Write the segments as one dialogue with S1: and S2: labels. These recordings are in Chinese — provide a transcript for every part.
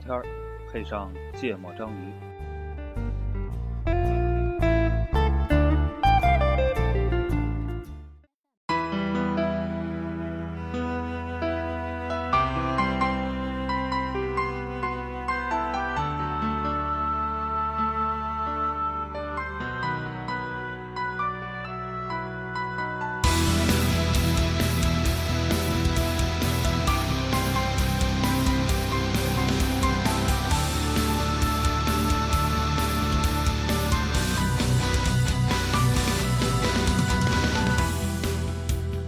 S1: 片儿，配上芥末章鱼。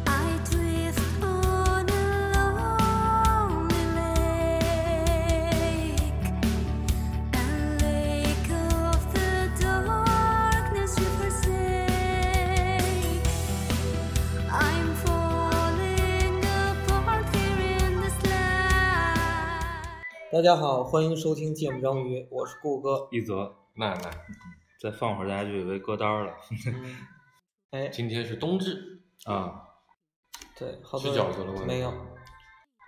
S2: I drift on a lonely lake, and lake of the darkness you forsake. I'm falling apart here in this land.
S3: 大家好，欢迎收听《芥末章鱼》，我是顾哥。
S4: 一泽
S5: 娜娜，
S4: 再放会儿，大家就以为割刀了。
S3: 哎，
S5: 今天是冬至啊，
S3: 对，好
S5: 吃
S3: 多
S5: 饺子了吗
S3: 人没有？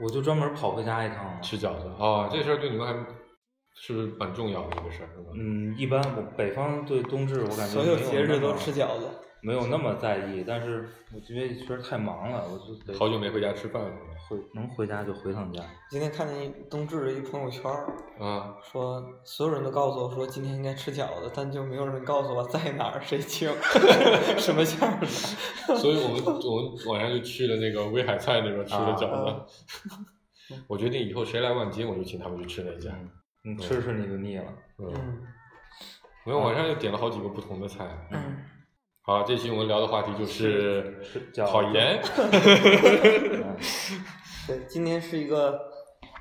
S4: 我就专门跑回家一趟了。
S5: 吃饺子哦，这事儿对你们还是不是蛮重要的一个事儿，是吧？
S4: 嗯，一般我北方对冬至我感觉
S3: 所
S4: 没有
S3: 有节日都吃
S4: 那么
S3: 饺子。
S4: 没有那么在意，但是我因为确实太忙了，我就得
S5: 好久没回家吃饭了
S4: 回能回家就回趟家。
S3: 今天看见一冬至的一朋友圈儿，
S5: 啊，
S3: 说所有人都告诉我说今天应该吃饺子，但就没有人告诉我在哪儿、谁请、 什么馅儿的。
S5: 所以我们我们晚上就去了那个威海菜那边吃的饺子。 我决定以后谁来望京，我就请他们去吃那家。
S4: 嗯，你吃吃你就腻了。
S5: 嗯，
S3: 嗯
S5: 我晚上又点了好几个不同的菜。
S3: 嗯，
S5: 好，这期我们聊的话题就是
S4: 吃饺子
S5: 考 研。
S4: 嗯
S3: 对，今天是一个，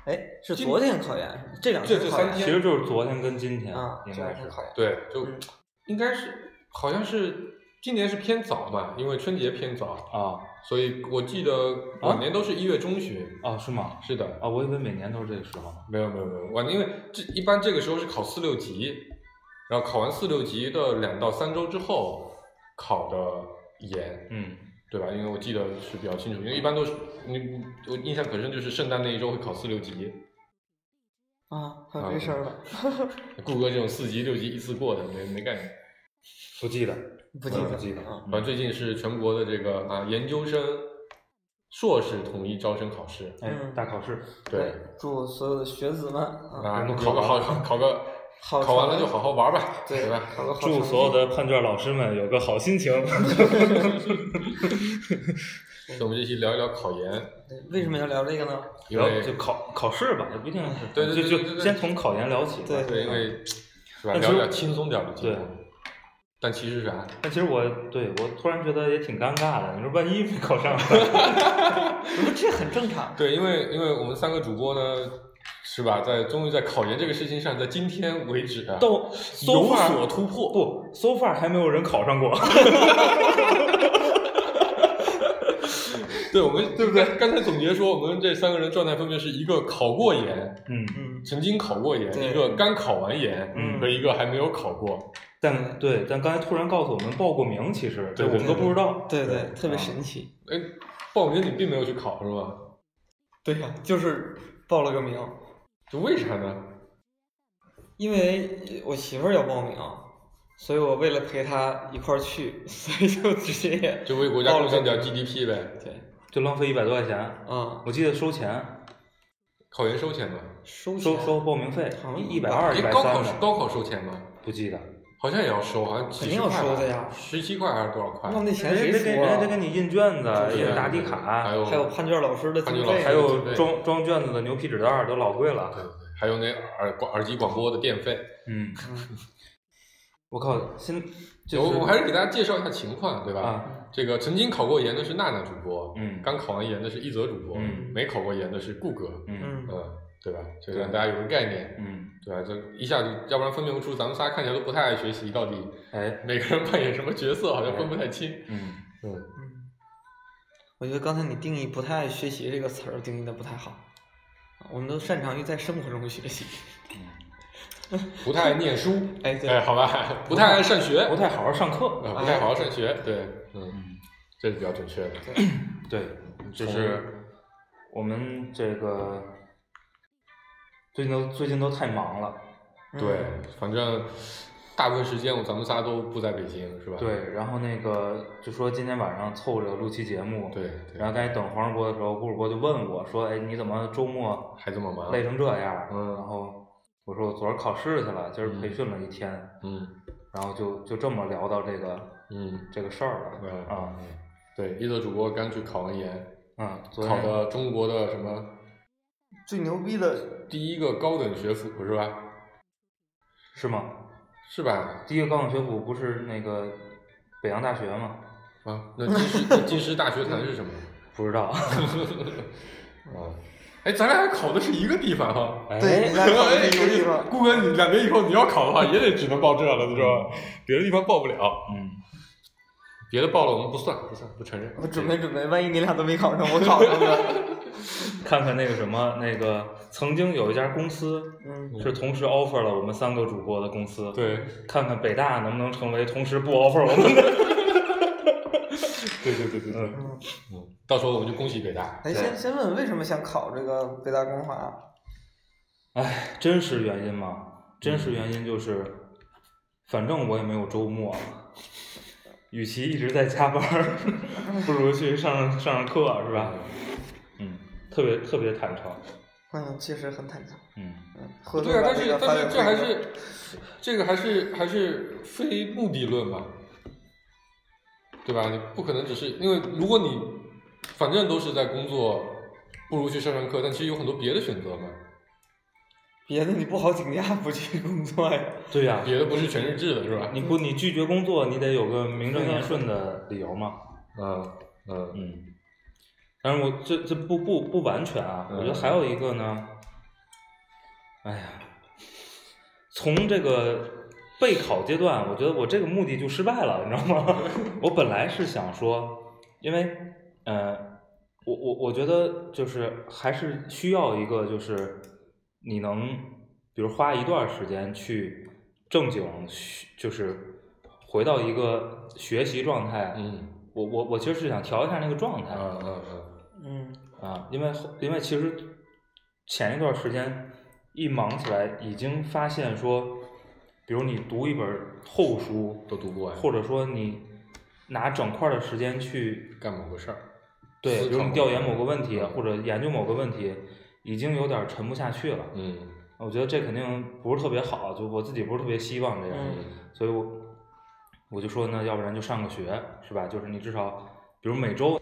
S3: 哎，是昨天考研是吗？这两天
S5: 这这
S3: 考研
S5: 三
S4: 其
S5: 天
S4: 实就是昨天跟今天
S3: 啊，
S4: 应
S3: 这两
S4: 该是
S3: 天。考研。
S5: 对，就
S3: 嗯
S5: 应该是好像是今年是偏早嘛，因为春节偏早，
S4: 啊
S5: 所以我记得
S3: 啊
S5: 往年都是一月中旬。
S4: 哦，是吗？
S5: 是的，
S4: 啊，我以为每年都是这个时候。
S5: 没有没有没有，我因为这一般这个时候是考四六级，然后考完四六级的两到三周之后考的研，
S4: 嗯
S5: 对吧？因为我记得是比较清楚，因为一般都是你我印象很深，就是圣诞那一周会考四六级，
S3: 啊，还有这事儿呢，
S5: 顾哥这种四级六级一次过的没没概念。
S4: 不记得。
S3: 不记得。
S4: 不记得
S3: 啊
S5: 反正最近是全国的这个啊研究生、硕士统一招生考试，
S4: 哎
S3: 嗯，
S4: 大考试。
S5: 对，
S3: 祝所有的学子们啊，
S5: 啊
S4: 都
S5: 考
S4: 考
S5: 个
S4: 完
S5: 好考个
S3: 好
S5: 考完了嗯
S3: 成
S5: 就好好玩吧，
S3: 对
S5: 吧？
S3: 考个好成
S4: 祝
S3: 绩
S4: 所有的判卷老师们有个好心情。
S5: 所以我们这期聊一聊考研，
S3: 对为什么要聊这个呢？
S5: 因
S4: 然后
S5: 为
S4: 就考考试吧，也不一定是，
S5: 对对对
S4: 就
S5: 对对
S4: 就
S5: 对
S4: 先从考研聊起吧。
S3: 对
S5: 对，因为是吧？
S4: 但其
S5: 聊
S4: 实
S5: 点轻松点的节目
S4: 对。
S5: 但其实是啥？
S4: 但其实我对我突然觉得也挺尴尬的，你说万一没考上呢，
S3: 不是这很正常。
S5: 对，因为因为我们三个主播呢，是吧？在终于在考研这个事情上，在今天为止啊，
S4: 都
S5: 有
S4: so
S5: 所
S4: far
S5: 突破。
S4: 不 so far 还没有人考上过。
S5: 对，我们对不对？刚才总结说，我们这三个人状态分别是一个考过研，
S4: 嗯，
S3: 嗯，
S5: 曾经考过研，
S3: 对
S5: 一个刚考完研，
S4: 嗯
S5: 和一个还没有考过。
S4: 但对，但刚才突然告诉我们报过名，其实
S5: 对
S4: 我们
S5: 对
S4: 都不知道。
S3: 对
S5: 对
S3: 对，特别
S4: 啊
S3: 神奇。
S5: 哎，报名你并没有去考是吧？
S3: 对呀，就是报了个名，
S5: 就为啥呢？
S3: 因为我媳妇儿要报名，所以我为了陪她一块儿去，所以就直接也
S5: 就为国家贡献点 GDP 呗。
S3: 对
S4: 就浪费一百多块钱，
S3: 啊，
S4: 我记得收钱，
S5: 考研收钱吗？
S3: 收
S4: 收
S3: 钱
S4: 收报名费
S3: 好像，
S4: 一百二、一
S5: 哎，
S4: 百
S5: 高考
S4: 三
S5: 是
S4: 的，
S5: 高考收钱吗？
S4: 不记得。
S5: 好像也要收，好像
S3: 肯
S5: 几
S3: 定
S5: 十
S3: 要
S5: 块
S3: 收的呀。
S5: 十七块还是多少块？哎
S3: 那那钱谁
S4: 人家给
S3: 付
S4: 人家给
S3: 啊？
S4: 你印卷子、
S3: 对
S4: 印
S3: 呀
S4: 答题卡，
S5: 还有
S3: 还有判卷老师的
S5: 判
S3: 经
S5: 卷老
S3: 费，
S5: 师
S4: 还
S5: 啊对对
S4: 有
S5: 对
S4: 装装卷子的牛皮纸袋儿都老贵了。
S5: 还有那耳广耳机广播的电费。
S4: 嗯
S3: 嗯，
S4: 我靠，现就
S5: 我
S4: 是
S5: 我还是给大家介绍一下情况，对吧？
S4: 啊，
S5: 这个曾经考过研的是娜娜主播，
S4: 嗯
S5: 刚考完研的是一泽主播，
S4: 嗯
S5: 没考过研的是顾哥，
S4: 嗯
S3: 嗯，
S5: 嗯，对吧？这
S4: 对
S5: 让大家有个概念，
S4: 嗯，
S5: 对吧？这一下就，要不然分辨不出咱们仨看起来都不太爱学习，到底
S4: 哎，
S5: 每个人扮演什么角色，好像分不太清。
S4: 嗯，
S5: 嗯，
S3: 嗯，我觉得刚才你定义“不太爱学习”这个词儿定义的不太好，我们都擅长于在生活中学习。
S5: 不太爱念书，
S3: 哎，对，
S5: 哎，好吧，不太爱上学，
S4: 不太好好上课。
S5: 啊，不太好好上学，对，嗯，
S4: 嗯，
S5: 这是比较准确的。嗯
S4: 对，就是我们这个最近都最近都太忙了。
S5: 对
S3: 嗯，
S5: 反正大部分时间我咱们仨都不在北京，是吧？
S4: 对，然后那个就说今天晚上凑着录期节目，
S5: 对，对
S4: 然后该等黄世波的时候，顾世波就问我说：“哎，你怎么周末
S5: 还这么忙？
S4: 累成这样？”
S5: 啊嗯
S4: 然后我说我昨儿考试去了，今儿培训了一天，
S5: 嗯
S4: 然后就就这么聊到这个
S5: 嗯，
S4: 这个事儿了
S5: 嗯
S4: 啊，
S5: 对，一德主播刚去考完研，
S4: 嗯，昨
S5: 考
S4: 天
S5: 的中国的什么
S3: 最牛逼的
S5: 第一个高等学府是吧？
S4: 是吗？
S5: 是吧？
S4: 第一个高等学府不是那个北洋大学吗？
S5: 啊，那金师 那金师大学堂是什么？
S4: 不知道，
S5: 啊，哎，咱俩还考的是一个地方哈。
S3: 对你俩考的是一个地
S5: 哎
S3: 方，
S5: 顾哥，你两年以后你要考的话，也得只能报这了，你知道吧？别的地方报不了，
S4: 嗯，
S5: 别的报了我们不算，不算，不承认。
S3: 我准备准备，万一你俩都没考上，我考上了。
S4: 看看那个什么，那个曾经有一家公司
S3: 嗯，
S4: 是同时 offer 了我们三个主播的公司，，
S5: 对，
S4: 看看北大能不能成为同时不 offer 我们的。
S5: 对对对对对，嗯，到时候我们就恭喜北大。
S3: 哎，先先问为什么想考这个北大光华？
S4: 哎，真实原因嘛，真实原因就是，反正我也没有周末，与其一直在加班儿， 不如去上上上课，是吧？嗯，特别特别坦诚，
S3: 嗯，确实很坦诚。
S4: 嗯，
S3: 嗯，回头
S5: 对啊，
S3: 把
S5: 但是
S3: 个发
S5: 但是
S3: 给
S5: 这还
S3: 辉哥
S5: 是这个还是还是非目的论吧，对吧？你不可能只是因为如果你反正都是在工作，不如去上上课，但其实有很多别的选择嘛，
S3: 别的你不好请假不去工作呀？
S4: 对呀、
S5: 别的不是全日制的是吧？
S4: 你不你拒绝工作，你得有个名正言顺的理由嘛。
S5: 嗯嗯
S4: 嗯，但是我这这不不不完全啊，
S5: 嗯
S4: 我觉得还有一个呢，哎呀，从这个备考阶段，我觉得我这个目的就失败了，你知道吗？ 我本来是想说，因为呃，我我我觉得就是还是需要一个就是你能，比如花一段时间去正经学，就是回到一个学习状态，
S5: 嗯
S4: 我我我其实是想调一下那个状态
S5: 嗯嗯嗯，
S3: 嗯，
S4: 啊，因为后因为其实前一段时间一忙起来，已经发现说，比如你读一本厚书，
S5: 都读不完，
S4: 或者说你拿整块儿的时间去
S5: 干某个事儿，
S4: 对，
S5: 思
S4: 比如
S5: 考
S4: 你
S5: 某
S4: 调
S5: 个
S4: 研某
S5: 事
S4: 个问题
S5: 嗯
S4: 或者研究某个问题，已经有点儿沉不下去了。
S5: 嗯
S4: 我觉得这肯定不是特别好，就我自己不是特别希望这样。
S3: 嗯
S4: 所以我我就说呢，要不然就上个学是吧？就是你至少，比如每周，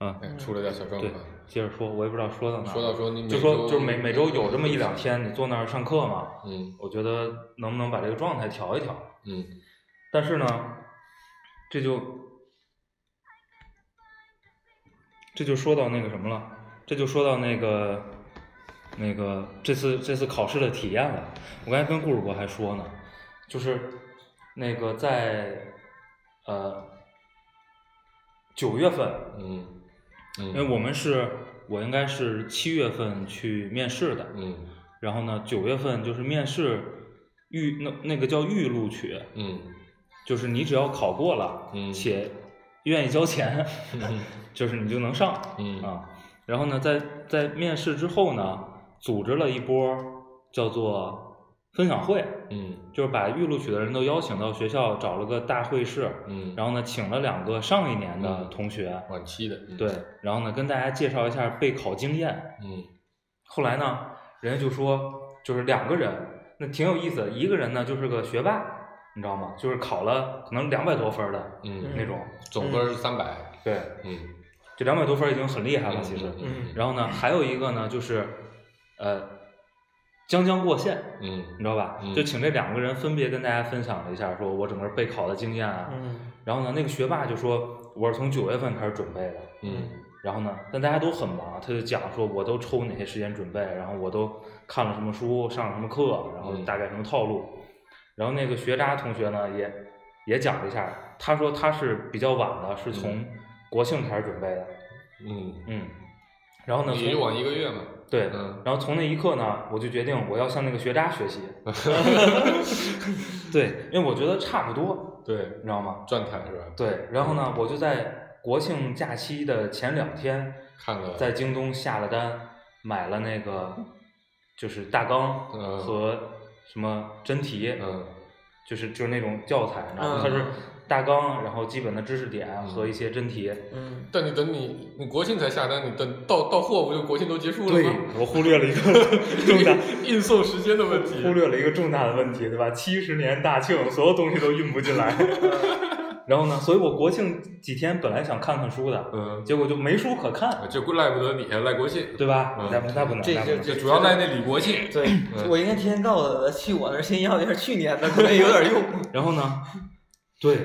S4: 嗯，
S5: 哎，出了点小状
S4: 对
S5: 况，，
S4: 接着说，我也不知道说到哪儿了。
S5: 说到说你每
S4: 就说
S5: 周
S4: 就是每每周有这么一两天你坐那儿上课嘛，
S5: 嗯
S4: 我觉得能不能把这个状态调一调？
S5: 嗯
S4: 但是呢，这就这就说到那个什么了，这就说到那个那个这次这次考试的体验了。我刚才跟顾主播还说呢，就是那个在呃九月份，
S5: 嗯
S4: 因
S5: 嗯，
S4: 为我们是我应该是七月份去面试的，
S5: 嗯
S4: 然后呢九月份就是面试预那那个叫预录取，
S5: 嗯
S4: 就是你只要考过了，
S5: 嗯
S4: 且愿意交钱， 就是你就能上
S5: 嗯
S4: 啊。然后呢，在在面试之后呢，组织了一波叫做分享会，
S5: 嗯
S4: 就是把预录取的人都邀请到学校，找了个大会室，
S5: 嗯，
S4: 然后呢，请了两个上一年的
S5: 嗯
S4: 同学，
S5: 晚期的，嗯
S4: 对，然后呢，跟大家介绍一下备考经验。
S5: 嗯
S4: 后来呢，人家就说，就是两个人，那挺有意思的。一个人呢，就是个学霸，你知道吗？就是考了可能两百多分儿的，
S5: 嗯
S4: 那种。
S5: 总分是三百，
S4: 对，
S5: 嗯
S4: 这两百多分儿已经很厉害了，其实。
S5: 嗯
S4: 然后呢，还有一个呢，就是呃，将将过线，你
S5: 嗯
S4: 知道吧？
S5: 嗯
S4: 就请这两个人分别跟大家分享了一下，说我整个备考的经验啊。
S3: 嗯
S4: 然后呢，那个学霸就说我是从九月份开始准备的。
S5: 嗯
S4: 然后呢，但大家都很忙，他就讲说我都抽哪些时间准备，然后我都看了什么书，上了什么课，然后
S5: 嗯
S4: 大概什么套路。然后那个学渣同学呢，也也讲了一下，他说他是比较晚的，是从国庆开始准备的，
S5: 嗯，
S4: 嗯。然后呢，
S5: 也就
S4: 从
S5: 晚一个月嘛，
S4: 对，
S5: 嗯
S4: 然后从那一刻呢，我就决定我要向那个学渣学 习，对，因为我觉得差不多，
S5: 对
S4: 你，知道吗？
S5: 转台是吧？
S4: 对，然后呢，我就在国庆假期的前两天，
S5: 看了，
S4: 在京东下了单，买了那个就是大纲
S5: 嗯
S4: 和什么真题，
S5: 嗯
S4: 就是就是那种教材，然后
S3: 嗯
S4: 它是大纲，然后基本的知识点和一些真题。
S3: 嗯，
S5: 但你等你你国庆才下单，你等到到货不就国庆都结束了吗？
S4: 我忽略了 一个重大。
S5: 运送时间的问题。
S4: 忽略了一个重大的问题，对吧？七十年大庆，所有东西都运不进 来。然后呢，所以我国庆几天本来想看看书的，
S5: 嗯，
S4: 结果就没书可看，
S5: 这不赖不得你，赖国庆。
S4: 对吧？
S5: 呃嗯
S4: 那不那不能，
S3: 这
S4: 那不能
S3: 这
S5: 这主要赖那李国庆。
S3: 对，我应该提前告诉他的，去我那儿先要点儿去年的，可能有点用。
S4: 然后呢，对，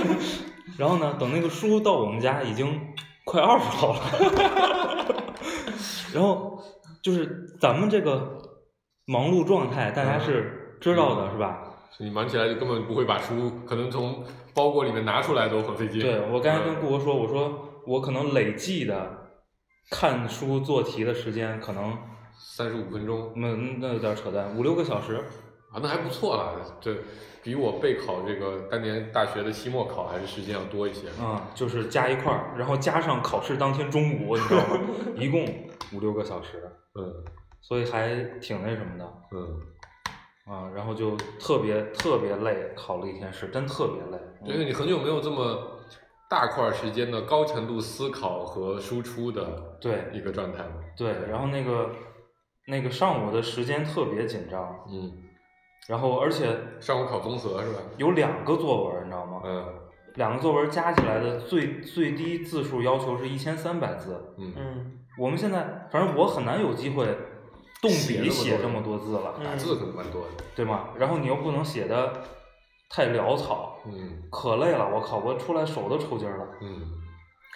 S4: 然后呢，等那个书到我们家已经快二十号了， 然后就是咱们这个忙碌状态，大家是知道的，是吧？
S5: 你忙起来就根本不会把书，可能从包裹里面拿出来都很费劲。
S4: 对我刚才跟
S5: 嗯
S4: 顾哥说，我说我可能累计的看书做题的时间，可能
S5: 三十五分钟
S4: 那那有点扯淡，五六个小时。
S5: 啊，那还不错啦，这比我备考这个当年大学的期末考还是时间要多一些。
S4: 嗯，就是加一块儿，然后加上考试当天中午，你知道吗？一共五六个小时，
S5: 嗯
S4: 所以还挺那什么的
S5: 嗯，
S4: 啊、然后就特别特别累，考了一天试，真特别累。
S5: 因为你很久没有这么大块时间的高强度思考和输出的
S4: 对
S5: 一个状态嘛。
S4: 嗯对，然后那个那个上午的时间特别紧张，
S5: 嗯，
S4: 然后而且
S5: 上午考综合是吧？
S4: 有两个作文，你知道吗？
S5: 嗯
S4: 两个作文加起来的最最低字数要求是一千三百字。
S5: 嗯，
S3: 嗯，
S4: 我们现在反正我很难有机会动笔
S5: 写
S4: 写
S5: 这
S4: 这
S5: 么
S4: 么多字了，
S3: 嗯
S5: 打字可能蛮多的。
S4: 对吗？然后你又不能写的太潦草，
S5: 嗯
S4: 可累了，我靠，我出来手都抽筋儿了。
S5: 嗯。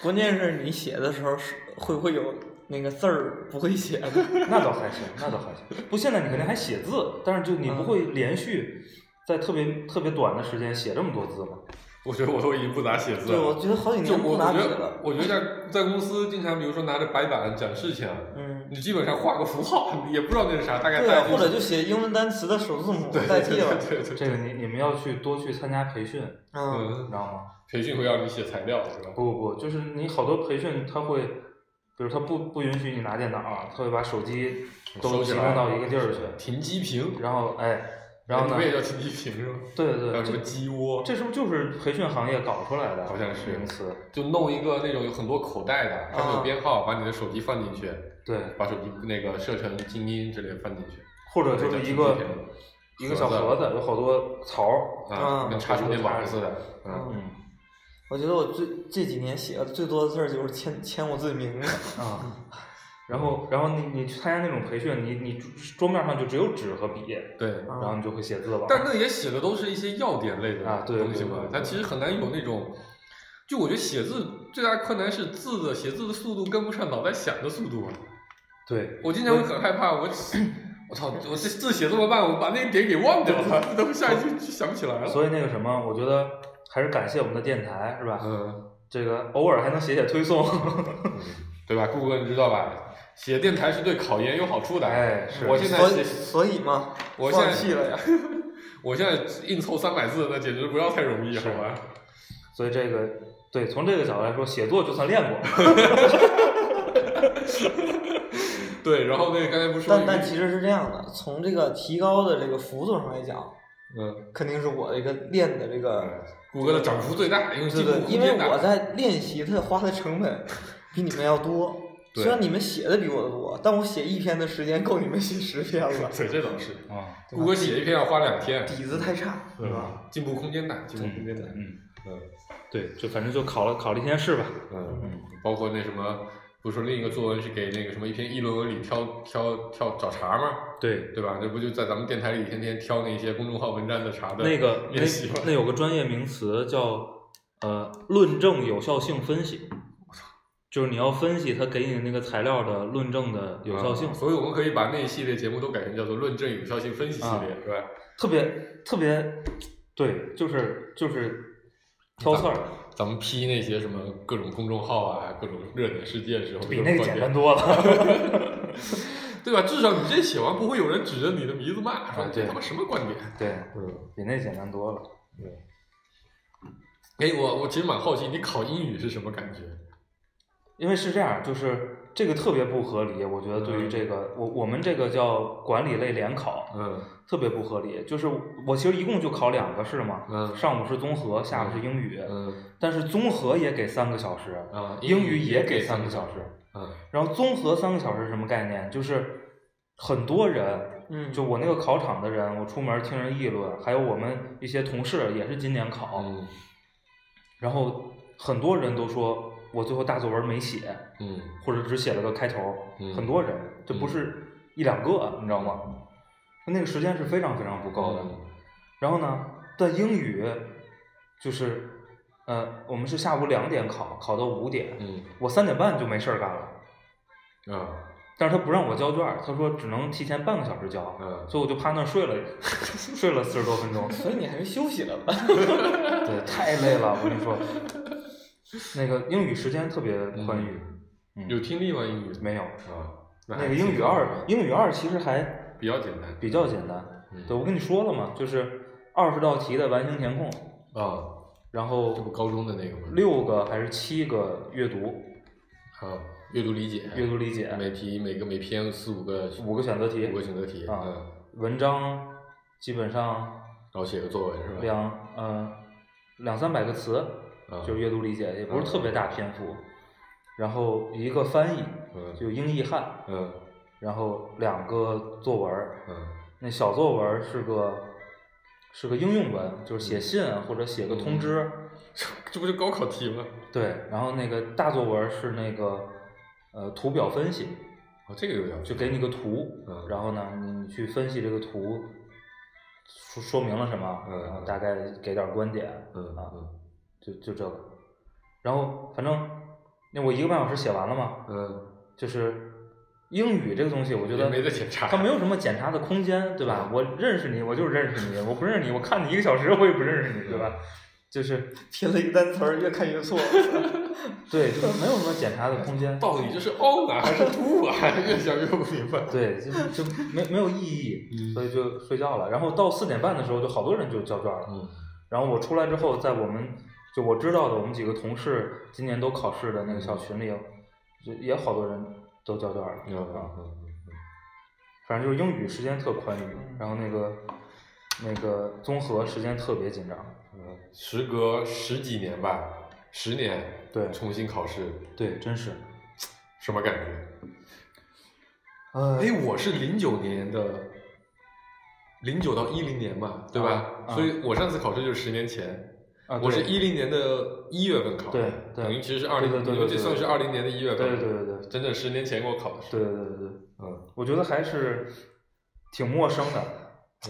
S3: 关键是你写的时候是会不会有那个字儿不会写的？
S4: 那倒还行，那倒还行。不，现在你肯定还写字，但是就你不会
S5: 嗯
S4: 连续在特别特别短的时间写这么多字嘛？
S5: 我觉得我都已经不咋写字
S3: 对，
S5: 了。
S3: 我觉得好几
S5: 就
S3: 年
S5: 我
S3: 不
S5: 我
S3: 拿
S5: 觉
S3: 笔
S5: 得，
S3: 了。
S5: 我觉得在在公司经常，比如说拿着白板讲事情啊，
S3: 嗯，
S5: 你基本上画个符号，你也不知道那是啥，大概
S3: 对
S4: 啊
S5: 代，
S3: 或
S5: 入
S3: 者就写英文单词的首字母代替了。
S5: 对
S4: 这
S5: 对对，
S4: 个你你们要去多去参加培训，你
S3: 嗯，
S5: 嗯
S4: 知，道吗？
S5: 培训会让你写材料是吧？
S4: 不不不，就是你好多培训，他会，比如他不不允许你拿电脑啊，他会把手机都
S5: 收起
S4: 集中
S5: 来
S4: 到一个地儿去，
S5: 停机坪，
S4: 然后哎，然后
S5: 你
S4: 呢
S5: 们，也叫停机坪是吧？
S4: 对对
S5: 还
S4: 对，
S5: 有什么
S4: 这
S5: 鸡窝？
S4: 这是不是就是培训行业搞出来的？
S5: 好像是
S4: 名词，
S5: 就弄一个那种有很多口袋的，上面
S4: 嗯
S5: 有编号，把你的手机放进去，
S4: 对，
S5: 把手机那个设成静音之类的放进去，
S4: 或者就是一个一个小盒
S5: 盒
S4: 子，有好多槽儿，
S5: 啊，
S3: 嗯
S5: 跟插充电宝似的，嗯，
S3: 嗯
S4: 嗯
S3: 我觉得我最这几年写的最多的字儿就是签签我自己名字。
S4: 啊。然后，然后你你去参加那种培训，你你桌面上就只有纸和笔，
S5: 对。
S3: 啊
S4: 然后你就会写字了。
S5: 但那也写的都是一些要点类的
S4: 啊对
S5: 东西嘛
S4: 对对，对
S5: 它其实很难有那种，就我觉得写字最大困难是字的写字的速度跟不上脑袋想的速度啊。
S4: 对，
S5: 我经常会很害怕，我写我操，我这字写这么慢，我把那个点给忘掉了， 等下一句就想不起来了。
S4: 所以那个什么，我觉得还是感谢我们的电台，是吧？
S5: 嗯，
S4: 这个偶尔还能写写推送。
S5: 对吧，顾哥，你知道吧？写电台是对考研有好处的。
S4: 哎是
S5: 我现在
S3: 所以
S5: 写，
S3: 所以嘛，
S5: 我现
S3: 放
S5: 在
S3: 弃了呀。。
S5: 我现在硬凑三百字，那简直不要太容易，好
S4: 是
S5: 吧？
S4: 所以这个对，从这个角度来说，写作就算练过。
S5: 对，然后那个刚才不是说
S3: 但
S5: 那
S3: 但
S5: 个，
S3: 其实是这样的，从这个提高的这个幅度上来讲，
S5: 嗯，
S3: 肯定是我的一个练的这个，
S5: 谷歌的涨幅最大，因
S3: 对
S5: 为进
S3: 对对，
S5: 步空
S3: 因为
S5: 间大
S3: 我在练习，它花的成本比你们要多。
S5: 对，
S3: 虽然你们写的比我多，但我写一篇的时间够你们写十篇了
S5: 对，这倒是。
S4: 啊，
S5: 谷歌写一篇要花两天，
S3: 底子太差，是吧？
S5: 嗯，进步空间大，进步空间大。
S4: 嗯，
S5: 嗯
S4: 对，就反正就考了考了一天试吧。
S5: 嗯，
S4: 嗯，
S5: 包括那什么，不是说另一个作文是给那个什么一篇议论文里挑挑挑找茬吗？
S4: 对，
S5: 对吧？这不就在咱们电台里天天挑那些公众号文章的茬的
S4: 那个那
S5: 练习吗？
S4: 那有个专业名词叫呃论证有效性分析，就是你要分析它给你的那个材料的论证的有效性
S5: 啊，所以我们可以把那一系列节目都改成叫做“论证有效性分析”系列，
S4: 啊
S5: 是吧？
S4: 特别特别对，就是就是挑刺儿，
S5: 咱们批那些什么各种公众号啊、各种热点事件的时候，
S4: 比那个
S5: 各种观
S4: 简
S5: 点
S4: 单多了。
S5: 对吧？至少你这写完不会有人指着你的鼻子骂，说
S4: 啊
S5: 这
S4: 对
S5: 他妈什么观点？
S4: 对，
S5: 嗯。
S4: 比那简单多了。
S5: 哎，我我其实蛮好奇，你考英语是什么感觉？
S4: 因为是这样，就是这个特别不合理，我觉得对于这个，我我们这个叫管理类联考，
S5: 嗯
S4: 特别不合理。就是我其实一共就考两个试嘛，
S5: 嗯
S4: 上午是综合，下午是英语，
S5: 嗯
S4: 但是综合也给三个小时，
S5: 啊，
S4: 英
S5: 语
S4: 语也给
S5: 三
S4: 三个小时，
S5: 嗯
S4: 然后综合三个小时是什么概念？就是很多人，
S3: 嗯
S4: 就我那个考场的人，我出门听人议论，还有我们一些同事也是今年考，
S5: 嗯
S4: 然后很多人都说我最后大作文没写，
S5: 嗯
S4: 或者只写了个开头，
S5: 嗯
S4: 很多人，这不是一两个，你知道吗？那个时间是非常非常不够的。
S5: 嗯
S4: 然后呢，但英语就是，呃，我们是下午两点考，考到五点，
S5: 嗯
S4: 我三点半就没事儿干了。
S5: 啊
S4: 但是他不让我交卷儿，他说只能提前半个小时交，
S5: 嗯
S4: 所以我就趴那儿睡了， 睡了四十多分钟。
S3: 所以你还是休息了吧。
S4: 对，太累了，我跟你说，那个英语时间特别宽裕，嗯
S5: 有听力吗？英语
S4: 没有
S5: 啊，
S4: 那
S5: 还
S4: 个英语二，英语二其实还
S5: 比较简单
S4: 比较简单。
S5: 嗯
S4: 对，我跟你说了嘛，就是二十道题的完形填空，
S5: 啊，
S4: 然
S5: 这不
S4: 后
S5: 高中的那个吗？
S4: 六个还是七个阅读，
S5: 啊，阅读理解，
S4: 阅读理解，
S5: 每题每个每篇四五个
S4: 五个选择题
S5: 五个选择题，
S4: 啊
S5: 嗯，
S4: 文章基本上
S5: 然后写个作文是吧？
S4: 两嗯、两三百个词，
S5: 啊
S4: 就是阅读理解，也不是特别大篇幅。然后一个翻译，
S5: 嗯
S4: 就英译汉，
S5: 嗯
S4: 然后两个作文儿，
S5: 嗯
S4: 那小作文儿是个是个应用文，就是
S5: 嗯
S4: 写信啊或者写个通知，
S5: 这不就高考题吗？
S4: 对。然后那个大作文儿是那个呃图表分析，
S5: 哦，这个有点
S4: 就给你个图，
S5: 嗯
S4: 然后呢你去分析这个图说说明了什么，
S5: 嗯
S4: 然后大概给点儿观点，
S5: 嗯
S4: 啊，
S5: 嗯
S4: 就就这个。然后反正那我一个半小时写完了嘛，
S5: 嗯，
S4: 就是英语这个东西，我觉得
S5: 也没嗯得检查，
S4: 他没有什么检查的空间，对吧？我认识你，我就是认识你；我不认识你，我看你一个小时，我也不认识你，对吧？
S5: 嗯
S4: 就是
S3: 拼了一个单词儿，越看越 错。
S4: 哎对，就是没有什么检查的空间，
S5: 到底这是 on 啊还是 to 啊？ 越想越不明白。
S4: 对，就是就没没有意义，
S5: 嗯
S4: 所以就睡觉了。然后到四点半的时候，就好多人就交卷了。
S5: 嗯
S4: 然后我出来之后，在我们就我知道的，我们几个同事今年都考试的那个小群里，就也好多人都交卷了。
S5: 嗯嗯
S4: 反正就是英语时间特宽裕，然后那个那个综合时间特别紧张。
S5: 嗯，时隔十几年吧，十年，
S4: 对
S5: 重新考试，
S4: 对，真是。
S5: 什么感觉？
S4: 呃
S5: 哎，我是零九年的，零九到一零年嘛，对吧？
S4: 啊啊
S5: 所以我上次考试就是十年前，
S4: 啊，
S5: 我是
S4: 对
S5: 一零年的一月份考的，
S4: 对对
S5: 等于其实是二
S4: 对
S5: 零，
S4: 对对
S5: 因为这
S4: 对
S5: 算是
S4: 对
S5: 二零年的一月份，
S4: 对对对对
S5: 整整十年前给我考的试，
S4: 对对对对，
S5: 嗯
S4: 我觉得还是挺陌生的。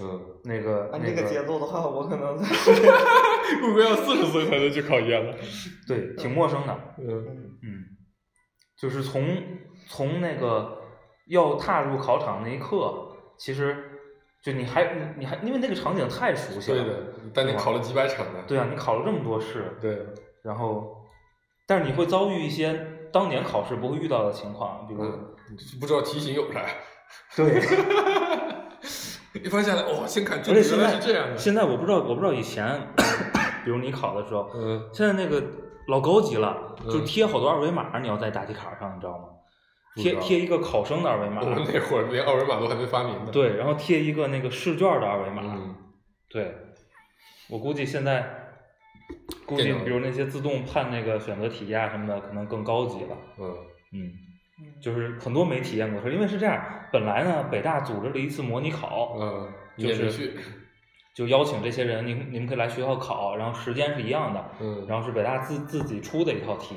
S5: 嗯，
S4: 那个
S3: 按
S4: 啊那
S3: 这
S4: 个
S3: 个节奏的话，我可 能在
S5: 会不会要四十岁才能去考研了？
S4: 对，挺陌生的。
S5: 嗯
S4: 嗯，就是从从那个要踏入考场那一刻，其实就你还你你还因为那个场景太熟悉
S5: 对
S4: 了。
S5: 的，但你考了几百场呢？
S4: 对啊，你考了这么多试，
S5: 对，
S4: 然后，但是你会遭遇一些当年考试不会遇到的情况，比如、
S5: 嗯，不知道题型有啥，
S4: 对。
S5: 一翻下来，哦，先看这
S4: 而
S5: 个
S4: 且现
S5: 原来
S4: 在
S5: 是这样 的，
S4: 现在我不知道，我不知道以前，比如你考的时候，
S5: 嗯
S4: 现在那个老高级了，
S5: 嗯
S4: 就贴好多二维码，你要在答题卡上，你知道吗？
S5: 不
S4: 贴
S5: 知道
S4: 贴一个考生的二维码
S5: 我，们那会儿连二维码都还没发明呢。，
S4: 对，然后贴一个那个试卷的二维码，
S5: 嗯，
S4: 对。我估计现在，估
S5: 电
S4: 计
S5: 脑
S4: 比如那些自动判那个选择题呀、什么的，可能更高级了。
S5: 嗯
S4: 嗯，就是很多没体验过的事，因为是这样，本来呢，北大组织了一次模拟考，
S5: 嗯，你
S4: 哦就
S5: 也没
S4: 是
S5: 去，
S4: 就邀请这些人，你们你们可以来学校考，然后时间是一样的，
S5: 嗯，
S4: 然后是北大自自己出的一套题，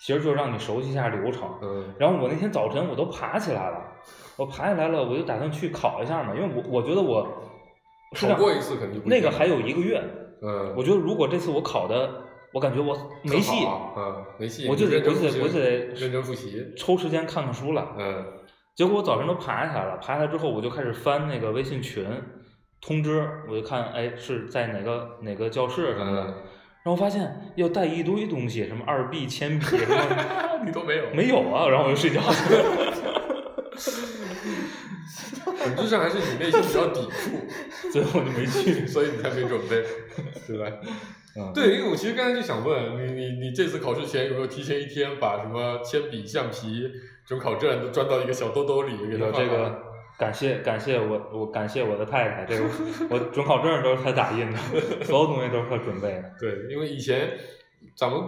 S4: 其实就是让你熟悉一下流程。
S5: 嗯
S4: 然后我那天早晨我都爬起来了，我爬起来了，我就打算去考一下嘛，因为我我觉得我是这样
S5: 考过一次肯定不
S4: 那
S5: 一
S4: 个
S5: 样
S4: 还有一个月，
S5: 嗯，
S4: 我觉得如果这次我考的，我感觉我没戏，
S5: 嗯，没戏，
S4: 我就得
S5: 认真
S4: 我就得
S5: 复习
S4: 我就得
S5: 认真复习，
S4: 抽时间看看书了。
S5: 嗯
S4: 结果我早晨都爬起来了，爬起来之后我就开始翻那个微信群通知，我就看哎是在哪个哪个教室什么的，
S5: 嗯，
S4: 然后发现要带一堆东西，什么二 B 铅笔什么
S5: 你都没有，
S4: 没有啊，然后我就睡觉了。
S5: 本质上还是你内心比较抵触，
S4: 最后就没去。
S5: 所以你才没准备，对吧？
S4: 嗯，
S5: 对，因为我其实刚才就想问你，你你这次考试前有没有提前一天把什么铅笔、橡皮、准考证都装到一个小兜兜里，给他
S4: 有
S5: 放
S4: 这
S5: 好
S4: 个
S5: 了，
S4: 感谢感谢我我感谢我的太太，这个我准考证都是她打印的，所有东西都是她准备的。
S5: 对，因为以前咱们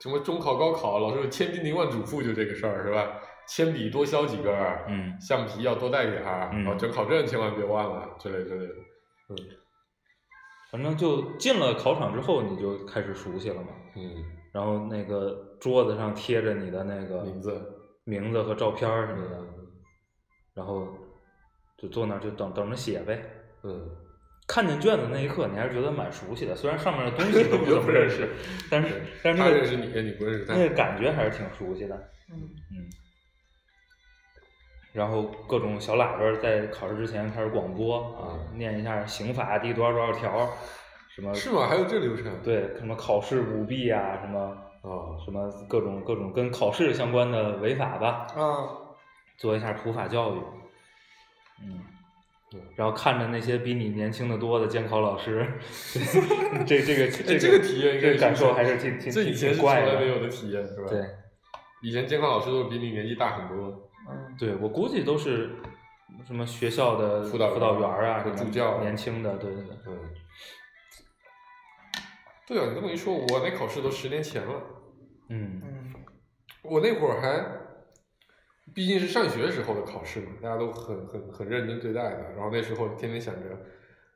S5: 什么中考、高考，老师有千叮咛万嘱咐，就这个事儿是吧？铅笔多削几根儿，
S4: 嗯，
S5: 橡皮要多带点儿，
S4: 嗯
S5: 然后准考证千万别忘了，之类之类的。
S4: 反正就进了考场之后，你就开始熟悉了嘛。
S5: 嗯，
S4: 然后那个桌子上贴着你的那个
S5: 名字，嗯
S4: 名字和照片儿什么的，然后就坐那儿就等等着写呗。
S5: 嗯，
S4: 看见卷子那一刻，你还是觉得蛮熟悉的，虽然上面的东西都不怎
S5: 不
S4: 么
S5: 认
S4: 认
S5: 识
S4: 识，但是 但是
S5: 他
S4: 那
S5: 认识
S4: 个
S5: 你，哎你不认识他。
S4: 那个感觉还是挺熟悉的。
S3: 嗯
S4: 嗯，然后各种小喇叭在考试之前开始广播啊，
S5: 嗯
S4: 念一下刑法第多少多少条，什么
S5: 是吗？还有这流程？
S4: 对什么考试舞弊啊，什么
S5: 啊，
S4: 什么各种各种跟考试相关的违法吧，
S3: 啊，
S4: 做一下普法教育。嗯
S5: 对，
S4: 然后看着那些比你年轻的多的监考老 师，这这个
S5: 哎
S4: 这
S5: 这个体验应
S4: 这
S5: 该是
S4: 个感受还是挺挺
S5: 这以
S4: 挺
S5: 前
S4: 挺
S5: 是从
S4: 怪的
S5: 来没有的体验，是吧？
S4: 对，
S5: 以前监考老师都比你年纪大很多。
S3: 嗯，
S4: 对，我估计都是什么学校的
S5: 辅导员
S4: 辅导员儿啊，
S5: 和
S4: 什么
S5: 助教
S4: 年轻的，对对对，
S5: 嗯，对啊，你这么一说，我那考试都十年前了。
S4: 嗯
S3: 嗯，
S5: 我那会儿还，毕竟是上学时候的考试嘛，大家都很很很认真对待的。然后那时候天天想着，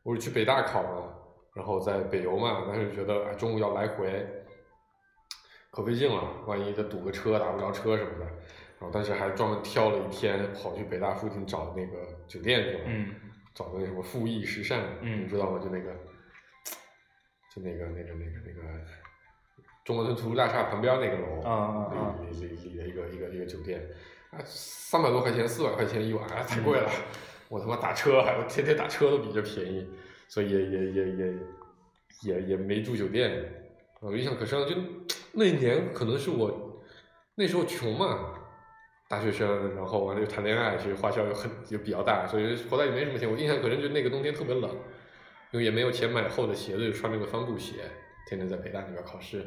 S5: 我是去北大考嘛，然后在北邮嘛，但是觉得哎，中午要来回，可费劲了，万一再堵个车，打不着车什么的。然后但是还专门挑了一天跑去北大附近找那个酒店去了，
S4: 嗯
S5: 找的那什么富艺时尚，
S4: 嗯
S5: 你知道吗？就那个，就那个那个那个那个中国村图书大厦旁边那个楼
S4: 啊啊啊
S5: 里里里里的一个一个一个酒店，啊，三百多块钱，四百块钱一晚，啊太贵
S4: 嗯
S5: 了。我他妈打车，还我天天打车都比这便宜，所以也也也也也也没住酒店。我印象可深了，就那一年可能是我那时候穷嘛，大学生，然后完了又谈恋爱，其实花销又很也比较大，所以口袋也没什么钱。我印象可能就那个冬天特别冷，因为也没有钱买厚的鞋子，就穿那个帆布鞋，天天在北大那边考试。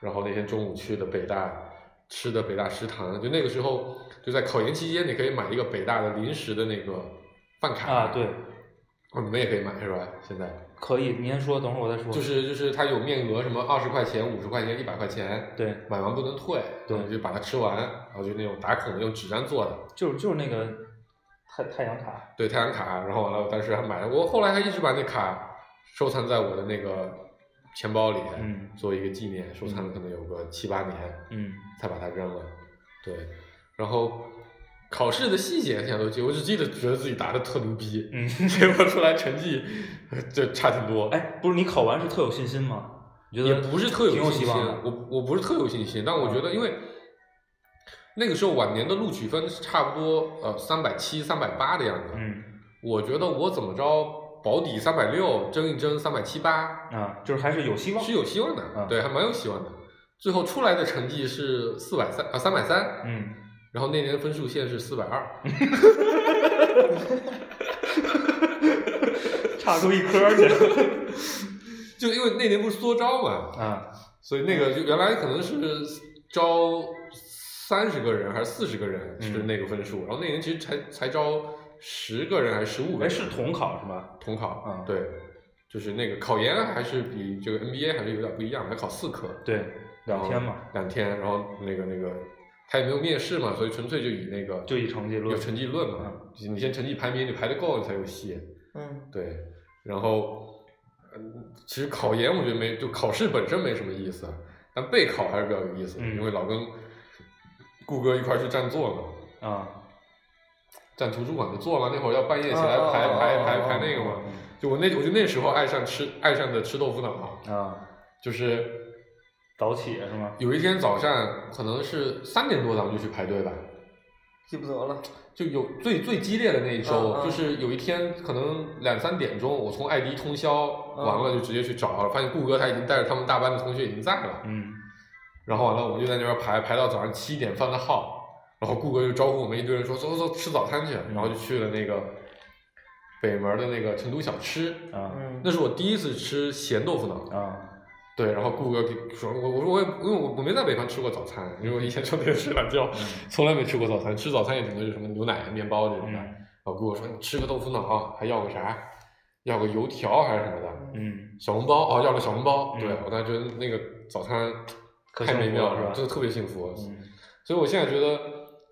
S5: 然后那天中午去的北大，吃的北大食堂，就那个时候就在考研期间，你可以买一个北大的临时的那个饭卡
S4: 啊，对，
S5: 哦，你们也可以买是吧？现在
S4: 可以，您先说，等会儿我再说。
S5: 就是就是它有面额，什么二十块钱、五十块钱、一百块钱，
S4: 对，
S5: 买完不能退，嗯
S4: 对
S5: 然后就把它吃完，然后就那种打孔的，用纸张做的，
S4: 就是就是那个太太阳卡，
S5: 对太阳卡，然后完了，我当时还买了，我后来还一直把那卡收藏在我的那个钱包里，
S4: 嗯
S5: 作为一个纪念，收藏了可能有个七八年，
S4: 嗯
S5: 才把它扔了。对，然后考试的细节现在都记，我只记得觉得自己答的特牛逼，
S4: 嗯
S5: 结果出来成绩 呃就差挺多。
S4: 哎，不是你考完是特有信心吗？你觉
S5: 也
S4: 得
S5: 不是特有
S4: 挺有
S5: 信
S4: 希
S5: 心
S4: 望的，嗯
S5: 我我不是特有信心，但我觉得因为那个时候晚年的录取分是差不多呃三百七、三百八的样子，
S4: 嗯
S5: 我觉得我怎么着保底三百六，争一争三百七八
S4: 啊，就是还是有希望
S5: 是。有希望的，
S4: 嗯
S5: 对，还蛮有希望的。最后出来的成绩是四百三啊三百三，
S4: 嗯，
S5: 然后那年分数线是四百二，
S4: 差出一科儿去了
S5: 就因为那年不是缩招嘛，
S4: 啊，
S5: 所以那个就原来可能是招三十个人还是四十个人是
S4: 嗯
S5: 那个分数，然后那年其实才才招十个人还是十五个
S4: 哎，
S5: 人，
S4: 是统考是吧？
S5: 统考，
S4: 嗯
S5: 对，就是那个考研还是比这个 NBA 还是有点不一样，还考四科，
S4: 对，两天
S5: 然
S4: 嘛，
S5: 后，两天，然后那个那个他也没有面试嘛，所以纯粹就以那个
S4: 就以成绩论嗯
S5: 有成绩论嘛，你先成绩排名，你排得够你才有戏，
S3: 嗯，
S5: 对，然后，嗯，其实考研我觉得没，就考试本身没什么意思，但备考还是比较有意思的，
S4: 嗯
S5: 因为老跟顾哥一块儿去占座嘛，
S4: 啊，
S5: 占图书馆的座嘛，那会儿要半夜起来
S3: 哦
S5: 排
S3: 哦
S5: 排
S3: 哦
S5: 排
S3: 哦
S5: 排那个
S4: 啊
S5: 嘛，就我那我就那时候爱上吃爱上的吃豆腐脑，
S4: 啊，
S5: 就是
S4: 早起是吗？
S5: 有一天早上可能是三点多咱们就去排队吧，
S3: 记不得了，
S5: 就有最最激烈的那一周，
S3: 嗯嗯
S5: 就是有一天可能两三点钟，我从爱迪通宵
S3: 嗯
S5: 完了就直接去找了，发现顾哥他已经带着他们大班的同学已经在了，
S4: 嗯
S5: 然后完了我们就在那边排排到早上七点放的号，然后顾哥就招呼我们一堆人说走走走吃早餐去，
S3: 嗯
S5: 然后就去了那个北门的那个成都小吃，
S4: 啊
S3: 嗯，
S5: 那是我第一次吃咸豆腐脑，
S4: 啊，
S5: 对，然后顾哥给说，我我说我也因为我我没在北方吃过早餐，因为我以前上 那个吃懒觉，
S4: 嗯
S5: 从来没吃过早餐，吃早餐也顶多就什么牛奶、面包这种的。
S4: 嗯
S5: 老顾我说你吃个豆腐脑，还要个啥？要个油条还是什么的？
S4: 嗯，
S5: 小笼包哦，要了小笼包。
S4: 嗯
S5: 对我当时觉得那个早餐
S4: 可
S5: 太
S4: 幸
S5: 美
S4: 福
S5: 妙
S4: 了是吧
S5: 真的特别幸福。
S4: 嗯
S5: 所以我现在觉得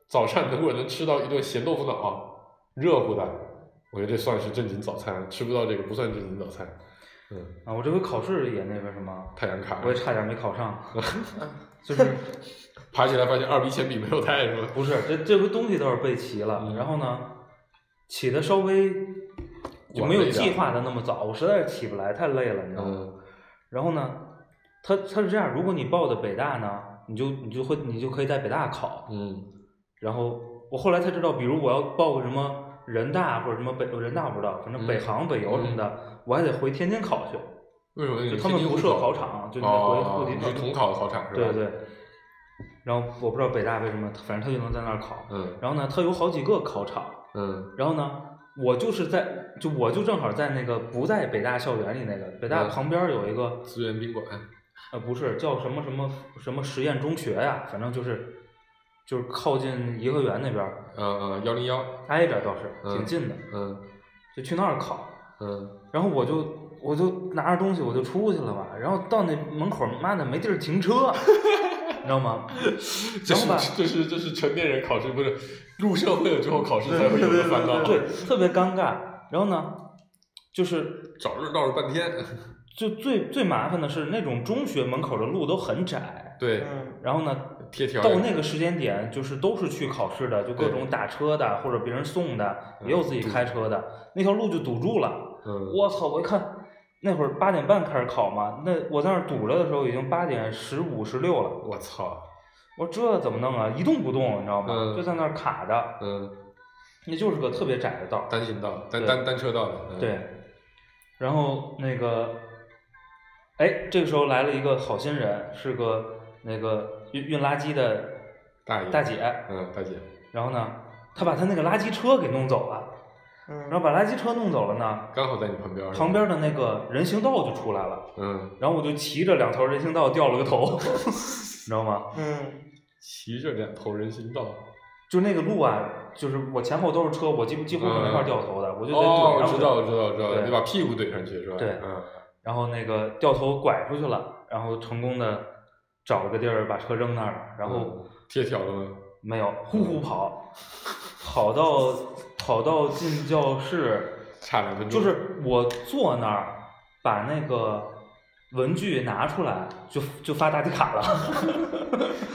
S5: 早上如果能吃到一顿咸豆腐脑，热乎的，我觉得这算是正经早餐。吃不到这个不算正经早餐。嗯，
S4: 啊，我这回考试也那个什么，
S5: 太阳卡
S4: 我也差点没考 上，就是
S5: 爬起来发现二比铅笔没有带是 吧？
S4: 不是这这回东西倒是备齐了，
S5: 嗯
S4: 然后呢，起的稍微就没
S5: 晚了
S4: 有
S5: 一点
S4: 计划的那么早，我实在是起不来，太累了，你知道吗？
S5: 嗯
S4: 然后呢，他他是这样，如果你报的北大呢，你就你就会你就可以在北大考，
S5: 嗯
S4: 然后我后来才知道，比如我要报个什么人大或者什么北人大不知道，反正北
S5: 嗯
S4: 航、北邮什么的，我还得回天津考去，
S5: 为什么你
S4: 就
S5: 天
S4: 他们
S5: 津
S4: 不
S5: 户
S4: 设
S5: 口
S4: 考场，就你得回
S5: 哦
S4: 户，
S5: 你
S4: 籍
S5: 是统考考场是
S4: 对
S5: 吧？
S4: 对。然后我不知道北大为什么，反正他就能在那儿考。
S5: 嗯
S4: 然后呢，他有好几个考场，
S5: 嗯
S4: 然后呢，我就是在就我就正好在那个不在北大校园里那个，北大
S5: 嗯
S4: 旁边有一个。
S5: 资源宾馆，
S4: 呃，不是叫什么什么什么实验中学呀、反正就是就是靠近颐和园那边儿
S5: 嗯嗯，幺零幺，
S4: 挨着倒是挺
S5: 嗯
S4: 近的，
S5: 嗯
S4: 就去那儿考。
S5: 嗯
S4: 然后我就我就拿着东西我就出去了嘛，然后到那门口儿，妈的没地儿停车，你知道吗？
S5: 这
S4: 然后吧
S5: 是这是这是成年人考试，不是入社会了之后考试才会有的烦恼。
S4: 对，特别尴尬。然后呢，就是
S5: 找着绕了半天。
S4: 就最最麻烦的是那种中学门口儿的路都很窄，
S5: 对，
S3: 嗯
S4: 然后呢
S5: 贴条
S4: 到那个时间点，就是都是去考试的，就各
S5: 对
S4: 种打车的或者别人送的，
S5: 嗯
S4: 也有自己开车的，那条路就堵住了。
S5: 嗯，
S4: 我操！我一看，那会儿八点半开始考嘛，那我在那儿堵着的时候已经八点十五、十六了。
S5: 我操，
S4: 我说这怎么弄啊？一动不动，你知道吗？
S5: 嗯
S4: 就在那儿卡着，
S5: 嗯，
S4: 那就是个特别窄的道儿。
S5: 单行道，单
S4: 对
S5: 单单车道的，嗯
S4: 对，，然后那个，哎，这个时候来了一个好心人，是个那个运运垃圾的
S5: 大爷
S4: 大姐。
S5: 嗯，大姐，
S4: 然后呢，他把他那个垃圾车给弄走了，
S3: 嗯，
S4: 然后把垃圾车弄走了呢，
S5: 刚好在你旁边，
S4: 旁，边的那个人行道就出来了，
S5: 嗯，
S4: 然后我就骑着两条人行道掉了个头， 你知道吗？
S3: 嗯
S5: 骑着两头人行道，
S4: 就那个路啊，就是我前后都是车，我几乎几乎是没法掉头的，我就得
S5: 哦，
S4: 怼
S5: 我
S4: 上
S5: 知
S4: 去，
S5: 道，我知道，我知道，
S4: 对
S5: 你把屁股怼上去是吧？
S4: 对
S5: 嗯，
S4: 然后那个掉头拐出去了，然后成功的找了个地儿把车扔那儿了，然后
S5: 嗯贴条了吗？
S4: 没有呼呼跑，跑到跑到进教室。
S5: 差两分钟，
S4: 就是我坐那儿把那个文具拿出来，就就发答题卡了。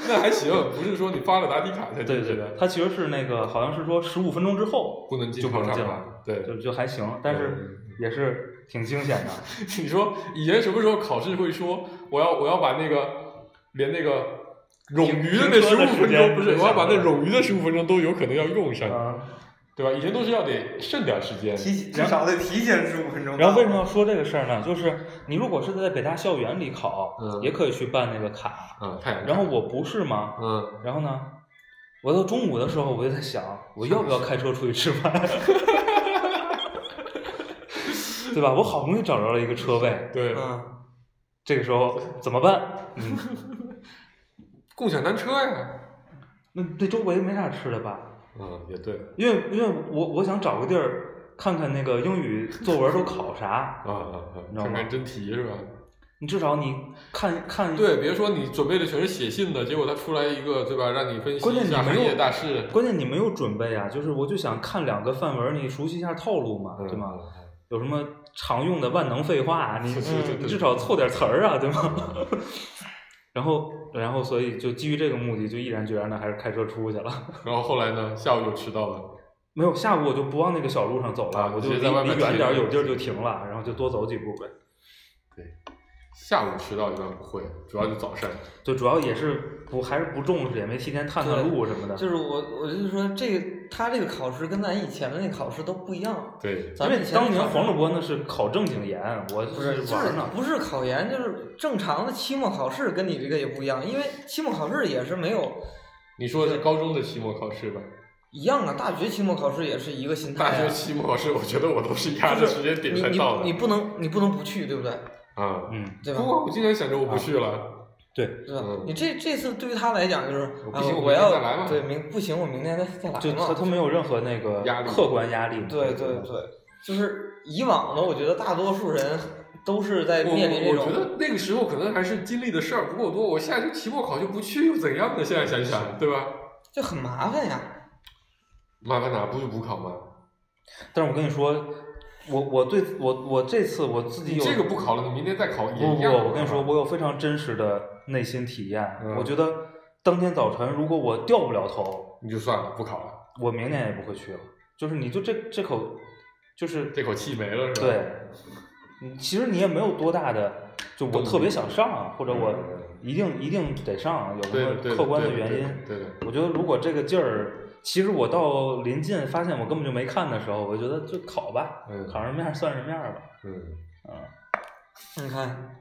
S5: 那还行，不是说你发了答题卡 才
S4: 对
S5: 进
S4: 对
S5: 去的
S4: 对，它其实是那个好像是说十五分钟之后
S5: 不能进
S4: 就不
S5: 考
S4: 能
S5: 场
S4: 进
S5: 了
S4: 了，，
S5: 对，
S4: 就就还行，但是也是挺惊险的。
S5: 你说以前什么时候考试会说我要我要把那个连那个冗余的
S4: 停
S5: 那
S4: 车
S5: 十
S4: 的
S5: 五分
S4: 时间
S5: 钟不是
S4: 都
S5: 我
S4: 想
S5: 要把那
S4: 了
S5: 冗余的十五分钟都有可能要用上，
S4: 嗯，
S5: 对吧？以前都是要得剩点时间，
S3: 体至少得体检十五分钟吧。
S4: 然后为什么要说这个事儿呢？就是你如果是在北大校园里考，
S5: 嗯
S4: 也可以去办那个卡。
S5: 嗯，太阳
S4: 然后我不是嘛，
S5: 嗯，
S4: 然后呢，我到中午的时候我就在想，我要不要开车出去吃饭？ 对吧？我好不容易找着了一个车位，
S5: 对，
S3: 嗯，
S4: 这个时候怎么办？嗯，
S5: 共享单车呀，
S4: 那那周围没啥吃的吧？
S5: 嗯，也对
S4: 因为因为我我想找个地儿看看那个英语作文都考啥
S5: 啊，啊啊，
S4: 知道
S5: 看看
S4: 吗
S5: 真题是吧？
S4: 你至少你看看
S5: 对，别说你准备的全是写信的，结果他出来一个对吧？让你分析
S4: 关键
S5: 一
S4: 你
S5: 下
S4: 没
S5: 行
S4: 有
S5: 业大势，
S4: 关键你没有准备啊，就是我就想看两个范文，你熟悉一下套路嘛，对吗？
S5: 嗯？
S4: 有什么常用的万能废话啊，你
S5: 对对对
S4: 你
S5: 对
S4: 至少凑点词儿啊，对吗？ 然后，然后，所以就基于这个目的，就毅然决然的还是开车出去了。
S5: 然后后来呢？下午又迟到了，
S4: 没有，下午我就不往那个小路上走了，
S5: 啊
S4: 我就
S5: 直
S4: 离
S5: 接在外面
S4: 离远
S5: 停
S4: 点儿，有地儿就停了，然后就多走几步呗。
S5: 下午迟到一般不会，主要就早上。
S4: 就主要也是不还是不重视，也没提前探探
S3: 对
S4: 路什么的。
S3: 就是我，我就是说，这个他这个考试跟咱以前的那考试都不一样。
S5: 对，
S3: 咱
S4: 因
S3: 们
S4: 为
S3: 以前
S4: 当
S3: 的
S4: 年
S3: 考试
S4: 黄主播那是考正经研，我
S3: 不是，就
S4: 玩
S3: 是
S4: 儿呢。
S3: 不是考研，就是正常的期末考试跟你这个也不一样，因为期末考试也是没有
S5: 你说的是高中的期末考试吧？
S3: 一样啊，大学期末考试也是一个心态、
S5: 大
S3: 啊。
S5: 学期末考试，我觉得我都是压着时间点才
S3: 你
S5: 到
S3: 你
S5: 的。
S3: 你不能你不能不去，对不对？
S5: 啊。
S4: 嗯，
S3: 对吧
S5: 不？过我经常想着
S4: 啊
S5: 我不去了，
S4: 对，
S3: 是吧
S5: 嗯？
S3: 你这这次对于他来讲就是
S5: 我不
S3: 啊
S5: 行，我
S3: 我
S5: 明天
S3: 要
S5: 再来嘛
S3: 对明不行，我明天再再来
S4: 就他
S3: 嘛。
S4: 他没有任何那个
S5: 压力
S4: 客观压力。
S3: 对对对，就是以往呢，我觉得大多数人都是在
S5: 我
S3: 面临
S5: 我
S3: 这
S5: 我
S3: 种
S5: 觉得那个时候可能还是经历的事儿不够多，我下周期末考就不去又怎样呢？现在想一想，对吧？
S3: 就很麻烦呀。
S5: 麻烦哪不是补考吗？
S4: 但是我跟你说，我我对我我这次我自己
S5: 你
S4: 有
S5: 这个不考了，你明天再考也
S4: 不
S5: 一
S4: 不，
S5: 样。啊
S4: 我跟你说，，我有非常真实的内心体验。
S5: 嗯
S4: 我觉得当天早晨如果我掉不了头，
S5: 你就算了，不考了，
S4: 我明年也不会去了。就是你就这这口，就是
S5: 这口气没了是吧？
S4: 对，嗯其实你也没有多大的，就我
S5: 动
S4: 特别
S5: 力
S4: 想上，啊或者我
S5: 嗯
S4: 一定一定得上，啊有什
S5: 对
S4: 么
S5: 对对，
S4: 客观的
S5: 对
S4: 原因。啊
S5: 对对对，
S4: 我觉得如果这个劲儿，其实我到临近发现我根本就没看的时候，我觉得就考吧，
S5: 嗯
S4: 考什么样儿算什么样儿吧。
S5: 嗯，
S3: 你看，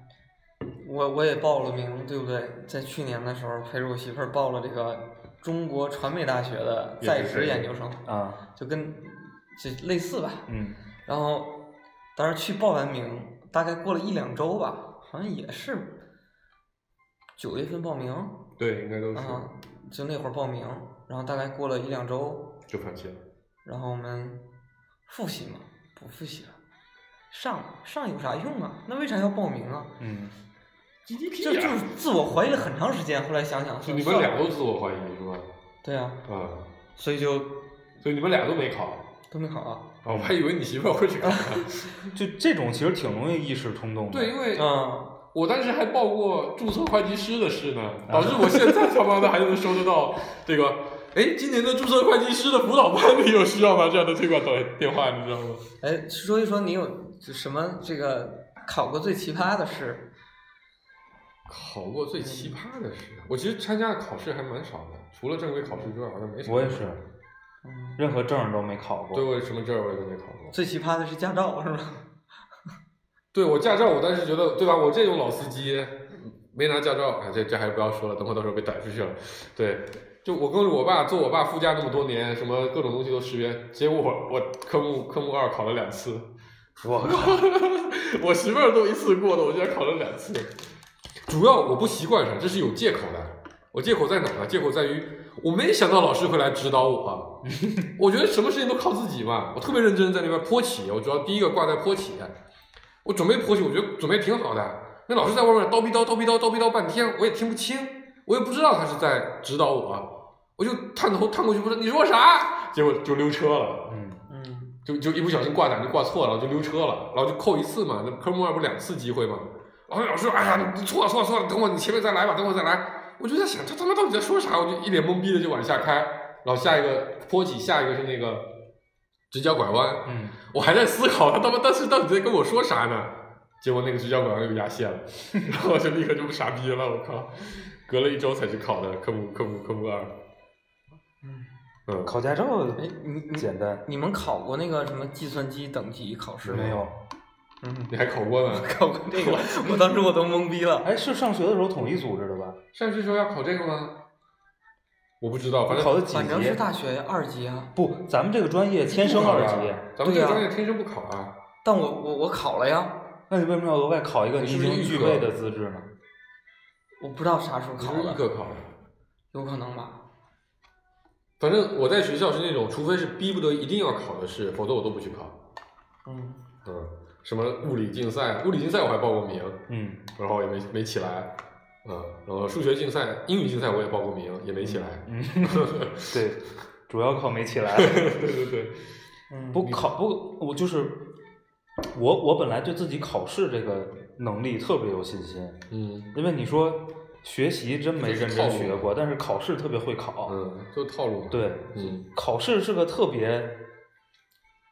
S3: 我我也报了名，对不对？在去年的时候，陪着我媳妇儿报了这个中国传媒大学的在职研究生，
S4: 啊，
S3: 就跟就类似吧。
S4: 嗯，
S3: 然后当时去报完名，大概过了一两周吧，好像也是九月份报名
S5: 对，应该都是
S3: 啊，就那会儿报名，然后大概过了一两周，
S5: 就放弃了。
S3: 然后我们复习嘛，不复习了，上上有啥用啊？那为啥要报名啊？
S4: 嗯，
S5: GDP
S3: 这
S4: 啊
S3: 就是自我怀疑了很长时间，后来想想，
S5: 哎就你们
S3: 算了
S5: 俩都自我怀疑是吧？
S3: 对啊，
S5: 啊、
S3: 所以就
S5: 所以你们俩都没考啊、
S3: 都没考啊。
S5: 我还以为你媳妇儿会去考呢。
S4: 就这种其实挺容易一时冲动的。
S5: 对，因为
S3: 嗯，
S5: 我当时还报过注册会计师的事呢，
S4: 嗯
S5: 导致我现在他妈的还能收得到这个。哎，今年的注册会计师的辅导班里有需要吗？这样的推广短电话，你知道吗？
S3: 哎，说一说你有就什么这个考过最奇葩的事？
S5: 考过最奇葩的事，啊我其实参加的考试还蛮少的，除了正规考试之外，好像没什么。
S4: 我也是，
S3: 嗯，
S4: 任何证儿都没考过。
S5: 对我什么证儿我也都没考过。
S3: 最奇葩的是驾照是吗？
S5: 对我驾照，我当时觉得，对吧？我这种老司机没拿驾照，啊，这这还不要说了，等会到时候被逮出去了。对，就我跟着我爸坐我爸副驾那么多年，什么各种东西都识别，结果我我科目科目二考了两次，
S4: 我靠，
S5: 我媳妇儿都一次过的，我居然考了两次。主要我不习惯上，这是有借口的。我借口在哪呢？借口在于我没想到老师会来指导我啊。 我觉得什么事情都靠自己嘛。我特别认真地在那边坡起，我主要第一个挂在坡起，我准备坡起，我觉得准备挺好的。那老师在外面叨逼叨叨逼叨叨逼叨半天，我也听不清，我也不知道他是在指导我啊。我就探头探过去，我说你说啥？结果就溜车了。
S4: 嗯，
S3: 嗯，
S5: 就就一不小心挂档就挂错了，就溜车了，然后就扣一次嘛，那科目二不是两次机会嘛。然后老师说：“哎呀，你错了错了错了，等我你前面再来吧，等我再来。”我就在想他他妈到底在说啥，我就一脸懵逼的就往下开，然后下一个坡起，下一个是那个直角拐弯，
S4: 嗯，
S5: 我还在思考他他妈当时到底在跟我说啥呢？结果那个直角拐弯又压线了， 然后我就立刻就傻逼了，我靠！隔了一周才去考的科目科目科目二，
S3: 嗯
S5: 嗯，
S4: 考驾照
S3: 哎，你你
S4: 简单，
S3: 你们考过那个什么计算机等级考试吗
S4: 没？有。
S3: 嗯，
S5: 你还考过呢？
S3: 考过这个，我当时我都懵逼了。
S4: 哎，是上学的时候统一组织的吧？
S5: 上学时候要考这个吗？我不知道，反正
S4: 考的几
S3: 反正是
S4: 级？
S3: 大学二级啊，
S4: 不，咱们这个专业天生
S5: 不考
S4: 二
S5: 呀
S4: 级，
S5: 咱们这
S3: 对
S5: 个
S3: 呀
S5: 专业天生不考啊。
S3: 但我我我考了呀，
S4: 那你为什么要额外考一个
S5: 你
S4: 你已
S5: 是不是
S4: 经
S5: 预
S4: 具
S5: 科
S4: 备的资质呢？
S3: 我不知道啥时候
S5: 你
S3: 考
S5: 是预
S3: 的，
S5: 科考的，
S3: 有可能吧？
S5: 反正我在学校是那种，除非是逼不得一定要考的试，否则我都不去考。
S3: 嗯，
S5: 嗯，什么物理竞赛，物理竞赛我还报过名，
S4: 嗯，
S5: 然后也没没起来。嗯，然后数学竞赛、英语竞赛我也报过名，也没起来。
S4: 嗯对，主要靠没起来。
S5: 对对对，
S3: 嗯，
S4: 不考不，我就是我，我本来对自己考试这个能力特别有信心，
S5: 嗯
S4: 因为你说学习真没认真学过，
S5: 这是
S4: 但
S5: 套路
S4: 是考试特别会考。
S5: 嗯，就套路嘛。，
S4: 对，
S5: 嗯，
S4: 考试是个特别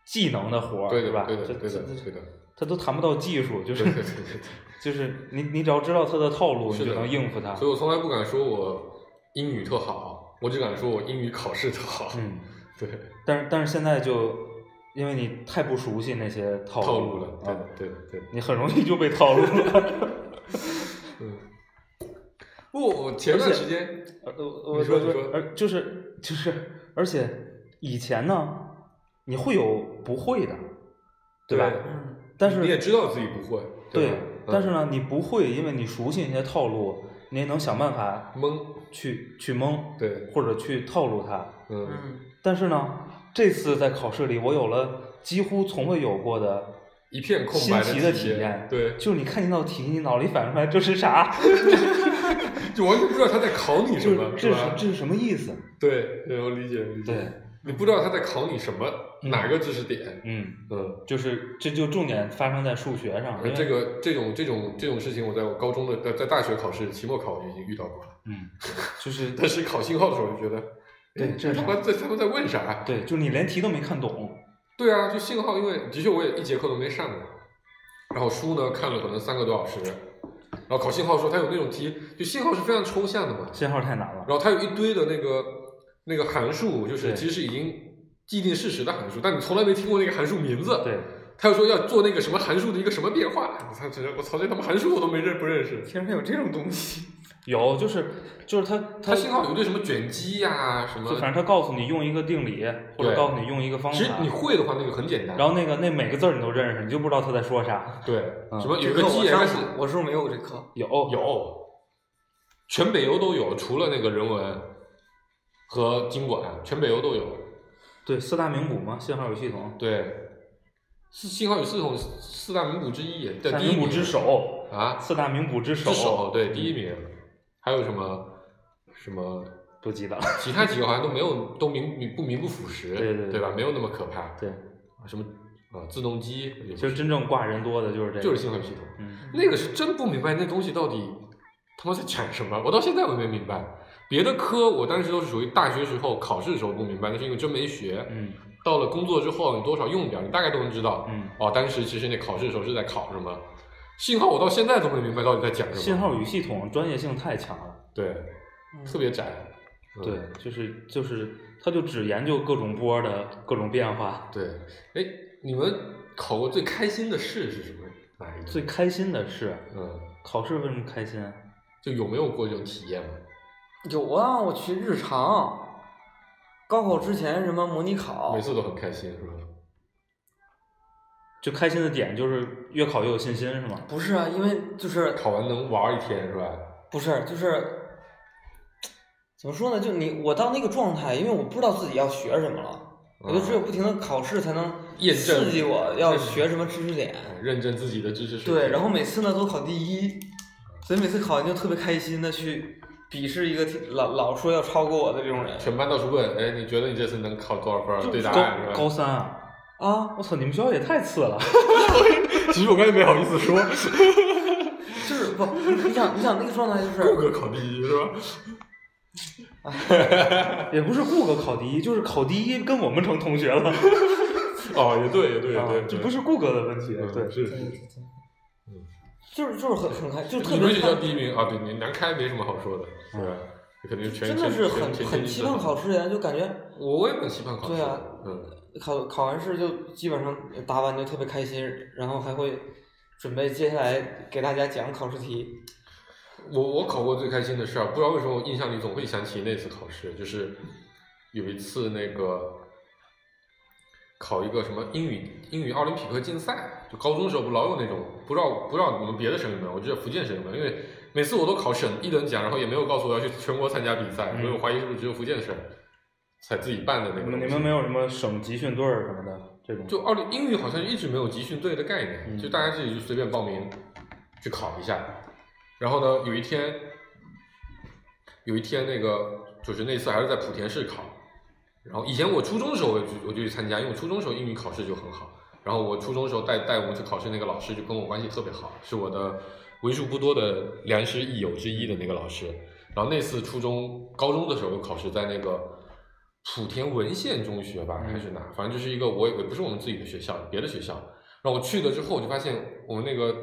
S4: 技能的活儿，
S5: 对
S4: 是
S5: 的，
S4: 吧？
S5: 对的，
S4: 这
S5: 对的，
S4: 这
S5: 对的，
S4: 他都谈不到技术，就
S5: 对对对
S4: 是
S5: 对。
S4: 就是你你只要知道他的套路，
S5: 是
S4: 你就
S5: 的
S4: 能应付他。
S5: 所以我从来不敢说我英语特好，我只敢说我英语考试特好。
S4: 嗯，
S5: 对，
S4: 但是但是现在就因为你太不熟悉那些套
S5: 套
S4: 路
S5: 路了，对
S4: 啊
S5: 的，对的，对的。
S4: 你很容易就被套路了。
S5: 嗯。不，我前段时间，
S4: 呃，我
S5: 你说
S4: 我
S5: 你说
S4: 而就是就是，而且以前呢，你会有不会的，对吧？
S5: 对
S3: 嗯，
S4: 但是
S5: 你也知道自己不会，
S4: 对
S5: 吧？，
S4: 但是
S5: 嗯
S4: 呢，你不会，因为你熟悉那些套路，你也能想办法
S5: 嗯懵，
S4: 去去蒙，
S5: 对，
S4: 或者去套路它。
S5: 嗯
S3: 嗯，
S4: 但是呢，这次在考试里，我有了几乎从未有过的，
S5: 一片空白
S4: 新奇的
S5: 的
S4: 体验
S5: 对，
S4: 就是你看一道题，你脑里反应出来这是 啥，
S5: 就完全不知道他在考你
S4: 这
S5: 什
S4: 是
S5: 么，
S4: 这是
S5: 是吧？
S4: 这是什么意思？
S5: 对，对，我理解，理解。
S4: 对，
S5: 你不知道他在考你什么，
S4: 嗯
S5: 哪个知识点，
S4: 嗯，
S5: 嗯。
S4: 就是这就重点发生在数学上，因为
S5: 这个这种这种这种事情，我在我高中的在在大学考试期末考已经遇到过了，
S4: 嗯，就是
S5: 但是考信号的时候就觉得，
S4: 对
S5: 哎
S4: 这是
S5: 他
S4: 啥
S5: 们在他们在问啥？
S4: 对，就是你连题都没看懂，
S5: 对啊，就信号，因为的确我也一节课都没上过，然后书呢看了可能三个多小时，然后考信号的时候，它有那种题，就信号是非常抽象的嘛，
S4: 信号太难了。
S5: 然后它有一堆的那个那个函数，就是
S4: 对
S5: 其实已经既定事实的函数，但你从来没听过那个函数名字，
S4: 对，
S5: 他又说要做那个什么函数的一个什么变化，我操，这我操，这他妈函数我都没认不认识。
S3: 竟然有这种东西，
S4: 有就是就是它
S5: 它
S4: 它
S5: 信号有一堆什么卷积呀、什
S4: 就
S5: 么
S4: 反，正它告诉你用一个定理，或
S5: 对
S4: 者告诉你用一个方法
S5: 其实，你会的话，那个很简单。
S4: 然后那个那每个字儿你都认识，你就不知道他在说啥。
S5: 对，
S4: 嗯
S5: 什么有
S3: 这
S5: 一个
S3: 课我
S5: G
S3: 上
S5: X
S3: 我是不是没有这课？
S4: 有
S5: 有，全北邮都有，除了那个人文和经管，全北邮都有。
S4: 对四大名捕嘛，信号与系统，
S5: 对，是信号与系统四大名捕之一，对，
S4: 四大
S5: 第一
S4: 名捕
S5: 名
S4: 之首，
S5: 啊，
S4: 四大名捕之
S5: 之
S4: 首，
S5: 首，对，第一名。还有什么什么？
S4: 不记得了。
S5: 其他几个好像都没有，都名名不名不副实，
S4: 对对对
S5: 吧？没有那么可怕。
S4: 对，
S5: 啊什么啊，自动机也不
S4: 其实真正挂人多的就是这个，
S5: 就是信号与系统。
S4: 嗯，
S5: 那个是真不明白那东西到底他妈在讲什么，我到现在我也没明白。别的科我当时都是属于大学时候考试的时候不明白，那是因为真没学。
S4: 嗯
S5: 到了工作之后，你多少用点，你大概都能知道。
S4: 嗯，
S5: 哦，当时其实那考试的时候是在考什么？信号我到现在都没明白到底在讲什么。
S4: 信号与系统专业性太强了。
S5: 对，特别窄。嗯
S4: 对，就是就是，他就只研究各种波儿的各种变化。
S5: 对，哎，你们考过最开心的事是什么？哪一个？
S4: 最开心的是
S5: 嗯，
S4: 考试为什么开心？啊
S5: 就有没有过这种体验吗？
S3: 有啊，我去日常，高考之前什么模拟考
S5: 每，次都很开心是吧？
S4: 就开心的点就是越考越有信心，是吗？
S3: 不是啊，因为就是
S5: 考完能玩一天是吧？
S3: 不是就是怎么说呢？就你我到那个状态，因为我不知道自己要学什么了，我就只有不停的考试才能
S5: 验嗯证
S3: 刺激我要学什么知识点。
S5: 认证自己的知识水平。
S3: 对，然后每次呢都考第一，所以每次考完就特别开心的去鄙视一个挺老老说要超过我的这种人
S5: 全班到处问，哎，你觉得你这次能考多少分儿？呃对答案
S4: 高
S5: 是吧？
S4: 高三啊！
S3: 啊，
S4: 我操，你们学校也太次了。
S5: 其实我刚才没好意思 说，
S3: 就是不，你想你想那个状态就是
S5: 个个考第一是吧？
S4: 也不是顾哥考第一，就是考第一跟我们成同学了，
S5: 哦，也对，也对，也对，
S4: 啊，这不是顾哥的问题，
S5: 对，
S4: 对，
S5: 是是
S3: 对
S5: 是。
S3: 对对就是就是很很开，就特
S5: 你们
S3: 别
S5: 学
S3: 开
S5: 校第一名啊？对，你南开没什么好说的，是吧？肯定全
S3: 真的是
S5: 全
S3: 很
S5: 全
S3: 很
S5: 全
S3: 期
S5: 全
S3: 盼考试呀，就感觉
S5: 我也很期盼考试。
S3: 对啊
S5: 嗯，
S3: 考考完试就基本上答完就特别开心，然后还会准备接下来给大家讲考试题。
S5: 我我考过最开心的事儿，不知道为什么我印象里总会想起那次考试，就是有一次那个考一个什么英语英语奥林匹克竞赛，就高中时候不老有那种，不知道不知道我们别的省有没有，我记得福建省有没有，因为每次我都考省一等奖，然后也没有告诉我要去全国参加比赛，
S4: 嗯
S5: 所以我怀疑是不是只有福建省才自己办的那
S4: 你
S5: 个。
S4: 们你们没有什么省集训队儿什么的这种，
S5: 就奥林英语好像一直没有集训队的概念，
S4: 嗯
S5: 就大家自己就随便报名去考一下。然后呢，有一天，有一天那个就是那次还是在莆田市考。然后以前我初中的时候我就我就去参加，因为我初中的时候英语考试就很好。然后我初中的时候带带我们去考试那个老师就跟我关系特别好，是我的为数不多的良师益友之一的那个老师。然后那次初中、高中的时候考试，在那个莆田文县中学吧，
S4: 嗯
S5: 还是哪，反正就是一个我也不是我们自己的学校，别的学校。然后我去了之后，我就发现我们那个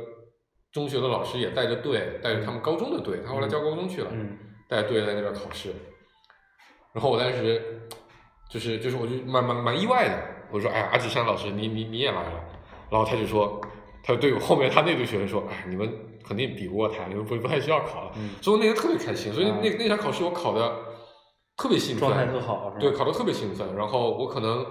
S5: 中学的老师也带着队，带着他们高中的队，他后来教高中去了，
S4: 嗯
S5: 带着队在那边考试。然后我当时就是就是我就蛮蛮蛮意外的，我说哎呀，阿志山老师，你你你也来了，然后他就说，他就对我后面他那队学生说，哎，你们肯定比不过他，你们不不太需要考了。
S4: 嗯，
S5: 所以我那天特别开心，所以
S4: 啊
S5: 那那场考试我考的特别兴奋，
S4: 状态特好是吧？
S5: 对，考的特别兴奋。然后我可能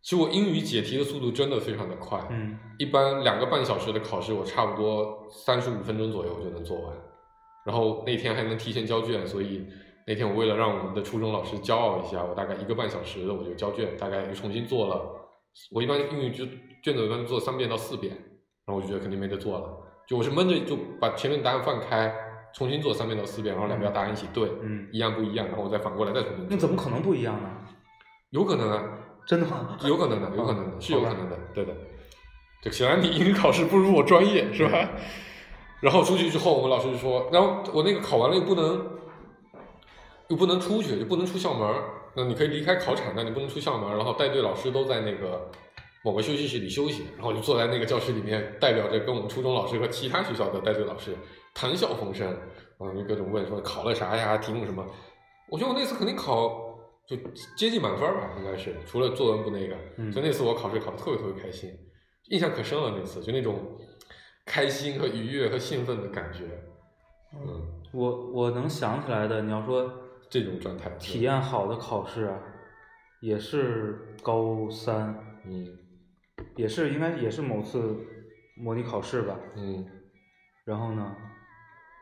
S5: 其实我英语解题的速度真的非常的快，
S4: 嗯
S5: 一般两个半小时的考试，我差不多三十五分钟左右就能做完。然后那天还能提前交卷，所以那天我为了让我们的初中老师骄傲一下，我大概一个半小时的我就交卷，大概又重新做了。我一般英语就卷子一般做三遍到四遍，然后我就觉得肯定没得做了，就我是闷着就把前面的答案放开，重新做三遍到四遍，然后两边答案一起对，
S4: 嗯，
S5: 一样不一样，然后我再反过来再重新做。
S4: 那怎么可能不一样呢？
S5: 有可能啊？
S4: 真的吗？
S5: 有可能的，有可能
S4: 好
S5: 的，是有可能的，对的。就显然你英语考试不如我专业，是吧？然后出去之后，我们老师就说，然后我那个考完了又不能，又不能出去，又不能出校门儿。那你可以离开考场，但你不能出校门儿。然后带队老师都在那个某个休息室里休息，然后我就坐在那个教室里面，代表着跟我们初中老师和其他学校的带队老师谈笑风生。嗯，就各种问说考了啥呀，题目什么。我觉得我那次肯定考就接近满分吧，应该是，除了作文不那个。
S4: 嗯
S5: 所以那次我考试考的特别特别开心，印象可深了。那次就那种开心和愉悦和兴奋的感觉，嗯，
S4: 我我能想起来的，你要说
S5: 这种状态
S4: 体，验好的考试啊，也是高三，
S5: 嗯
S4: 也是应该也是某次模拟考试吧。
S5: 嗯
S4: 然后呢，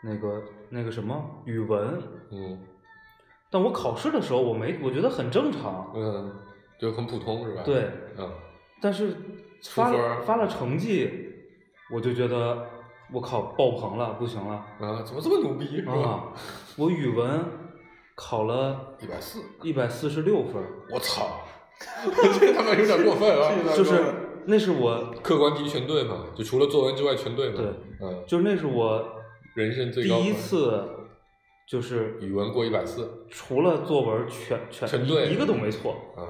S4: 那个那个什么语文，
S5: 嗯
S4: 但我考试的时候我没，我觉得很正常，
S5: 嗯，就很普通是吧？，
S4: 对。
S5: 嗯
S4: 但是发
S5: 出分儿
S4: 了发了成绩，我就觉得我靠爆棚了，不行了
S5: 啊，怎么这么牛逼是吧？
S4: 啊！我语文考了
S5: 一百四，
S4: 一百四十六分儿，
S5: 我操， 这他妈有点过分啊！
S4: 就是那是我
S5: 客观题全对嘛，就除了作文之外全对嘛。
S4: 对，
S5: 嗯，
S4: 就是那是我
S5: 人生最
S4: 第
S5: 高分
S4: 一次，就是
S5: 语文过一百四，
S4: 除了作文全全
S5: 全对
S4: 一个都没错
S5: 啊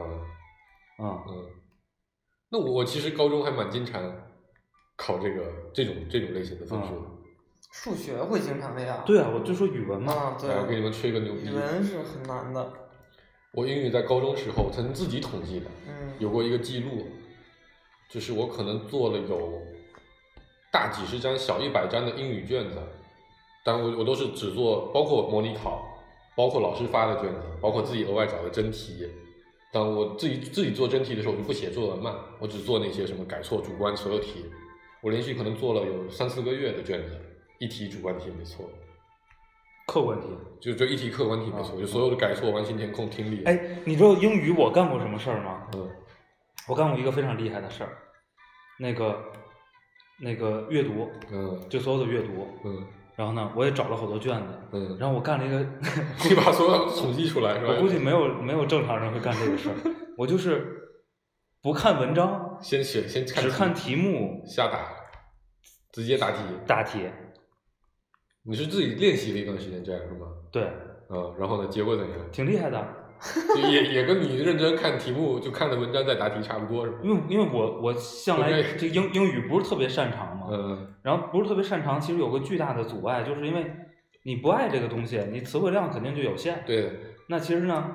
S4: 啊、
S5: 嗯，那我我其实高中还蛮经常考这个这种这种类型的分数的。
S3: 数学会经常那样。
S4: 对啊，我就说语文嘛，
S3: 啊，对
S5: 哎来，我给你们吹个牛逼
S3: 语。文是很难的。
S5: 我英语在高中时候曾经自己统计的，
S3: 嗯，
S5: 有过一个记录，就是我可能做了有大几十张、小一百张的英语卷子，但我我都是只做，包括模拟考，包括老师发的卷子，包括自己额外找的真题。但我自己自己做真题的时候，我就不写作文嘛，我只做那些什么改错主观所有题。我连续可能做了有三四个月的卷子，一题主观题没错，
S4: 客观题。
S5: 就就一题客观题没错，就所有的改错完形填空听力。，
S4: 哎，你知道英语我干过什么事儿吗？
S5: 嗯
S4: 我干过一个非常厉害的事儿，那个那个阅读，
S5: 嗯
S4: 就所有的阅读。
S5: 嗯
S4: 然后呢，我也找了好多卷子，
S5: 嗯，
S4: 然后我干 了一个，
S5: 你把所有的统计出来是吧？
S4: 我估计没有没有正常人会干这个事儿。我就是不看文章，
S5: 先选先 看
S4: 只
S5: 题
S4: 看题目
S5: 瞎打，直接答题。
S4: 答题。
S5: 你是自己练习了一段时间这样是吗？
S4: 对，
S5: 嗯，然后呢，结果怎样？
S4: 挺厉害的，
S5: 就也也跟你认真看题目就看的文章在答题差不多是吧？
S4: 因为因为我我向来
S5: OK
S4: 这英英语不是特别擅长嘛，
S5: 嗯
S4: 然后不是特别擅长，其实有个巨大的阻碍，就是因为你不爱这个东西，你词汇量肯定就有限。，
S5: 对，
S4: 那其实呢，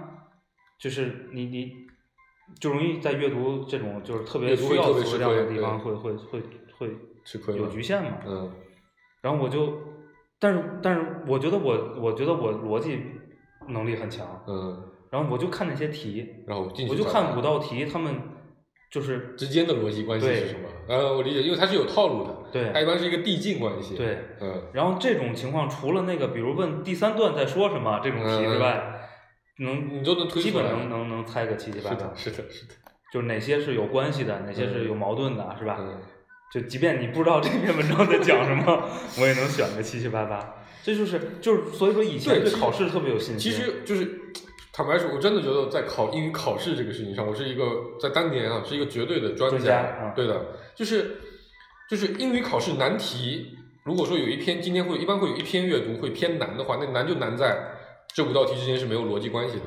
S4: 就是你你就容易在阅读这种就是特别
S5: 阅读
S4: 需
S5: 会
S4: 要
S5: 特别
S4: 词汇
S5: 吃
S4: 量的
S5: 亏
S4: 地方会
S5: 对
S4: 会会会
S5: 吃亏
S4: 有
S5: 了
S4: 局限嘛。
S5: 嗯
S4: 然后我就，但是但是我觉得我我觉得我逻辑能力很强，
S5: 嗯，
S4: 然后我就看那些题，
S5: 然后进去
S4: 我就
S5: 找
S4: 看五道题，他们就是
S5: 之间的逻辑关系
S4: 对
S5: 是什么？呃，我理解，因为它是有套路的，
S4: 对
S5: 它一般是一个递进关系。，
S4: 对。
S5: 嗯
S4: 然后这种情况，除了那个，比如问第三段在说什么这种题
S5: 嗯
S4: 之外，能
S5: 你都能推
S4: 基
S5: 出
S4: 本
S5: 来
S4: 能能能猜个七七
S5: 是
S4: 八八
S5: 的，，是的，是的，
S4: 就是哪些是有关系的，哪些是有矛盾的，是吧？
S5: 嗯，
S4: 就即便你不知道这篇文章在讲什 么，我也能选个七七八八。这就是就是所以说以前
S5: 对
S4: 对
S5: 其实
S4: 考试特别有信心。
S5: 其实就是坦白说，我真的觉得在考英语考试这个事情上，我是一个在当年啊是一个绝对的专
S4: 专家嗯
S5: 对的，就是就是英语考试难题，如果说有一篇今天会一般会有一篇阅读会偏难的话，那难就难在这五道题之间是没有逻辑关系的。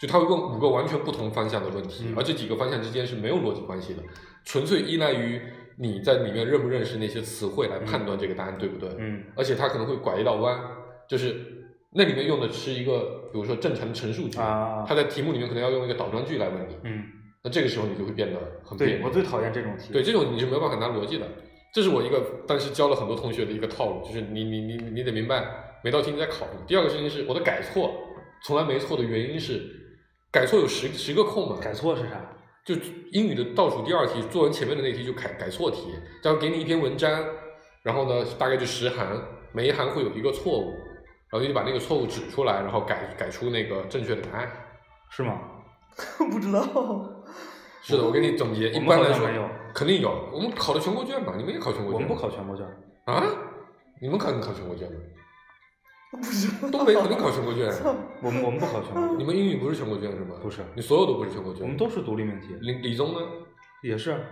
S5: 就他会问五个完全不同方向的问题，
S4: 嗯
S5: 而这几个方向之间是没有逻辑关系的，纯粹依赖于你在里面认不认识那些词汇来判断这个答案对不对。
S4: 嗯
S5: 而且它可能会拐一道弯，就是那里面用的是一个，比如说正常的陈述句，
S4: 啊
S5: 它在题目里面可能要用一个倒装句来问你，
S4: 嗯，
S5: 那这个时候你就会变得很别
S4: 对
S5: 扭。
S4: 我最讨厌这种题。
S5: 对这种你是没有办法拿逻辑的，这是我一个当时教了很多同学的一个套路，就是你你你你得明白每道题你在考什么。第二个事情是我的改错从来没错的原因是，改错有十十个空嘛，
S4: 改错是啥？
S5: 就英语的倒数第二题，作文前面的那题就改改错题，然后给你一篇文章，然后呢大概就十行，每一行会有一个错误，然后你就把那个错误指出来，然后改改出那个正确的答案。
S4: 是吗？
S3: 不知道。
S5: 是的，我给你总结，
S4: 我
S5: 一
S4: 们
S5: 般
S4: 好
S5: 来
S4: 像
S5: 说
S4: 没有，
S5: 肯定有。我们考的全国卷吧，你们也考全国
S4: 我
S5: 卷？
S4: 们不考全国卷。
S5: 啊？你们考你考全国卷吗？不是，东北肯定考 全国卷。啊
S4: 我们我们不考全国
S5: 你
S4: 卷，
S5: 们英语不是全国卷是吗？
S4: 不是
S5: 你所有都不是全国卷。
S4: 我们都是独立命题，
S5: 理理综呢？
S4: 也是，
S5: 啊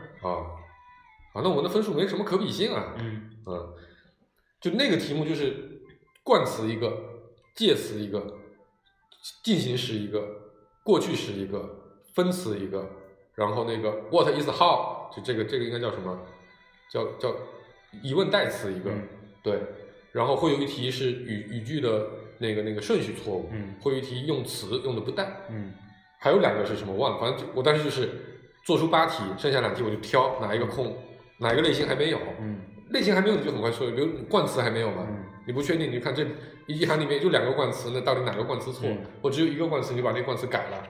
S5: 啊，那我们的分数没什么可比性啊。
S4: 嗯，
S5: 嗯，就那个题目就是冠词一个，介词一个，进行时一个，过去时一个，分词一个，然后那个 what is how 就这个这个应该叫什么？叫叫疑问代词一个，
S4: 嗯
S5: 对。然后会有一题是语语句的那个那个顺序错误，
S4: 嗯
S5: 会有一题用词用的不当，
S4: 嗯，
S5: 还有两个是什么忘了，反正就我当时就是做出八题，剩下两题我就挑哪一个空，哪一个类型还没有，
S4: 嗯，
S5: 类型还没有，你就很快说，比如冠词还没有嘛，
S4: 嗯
S5: 你不确定，你就看这一行里面就两个冠词，那到底哪个冠词错？
S4: 嗯
S5: 我只有一个冠词，你就把那个冠词改了，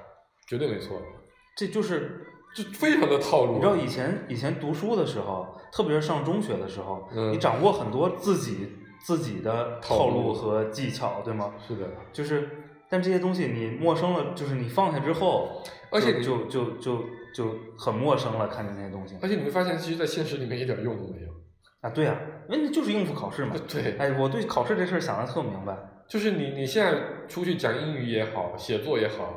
S5: 绝对没错，
S4: 这就是
S5: 就非常的套路。
S4: 你知道以前以前读书的时候，特别是上中学的时候，
S5: 嗯
S4: 你掌握很多自己自己的套
S5: 套路
S4: 路和技巧，对吗？
S5: 是的，
S4: 就是，但这些东西你陌生了，就是你放下之后，
S5: 而且你
S4: 就就就就就很陌生了，看见那些东西
S5: 而且你会发现，其实，在现实里面一点用都没有。
S4: 啊，对啊，因为那就是应付考试嘛。
S5: 对，
S4: 哎，我对考试这事儿想的特明白，
S5: 就是你你现在出去讲英语也好，写作也好，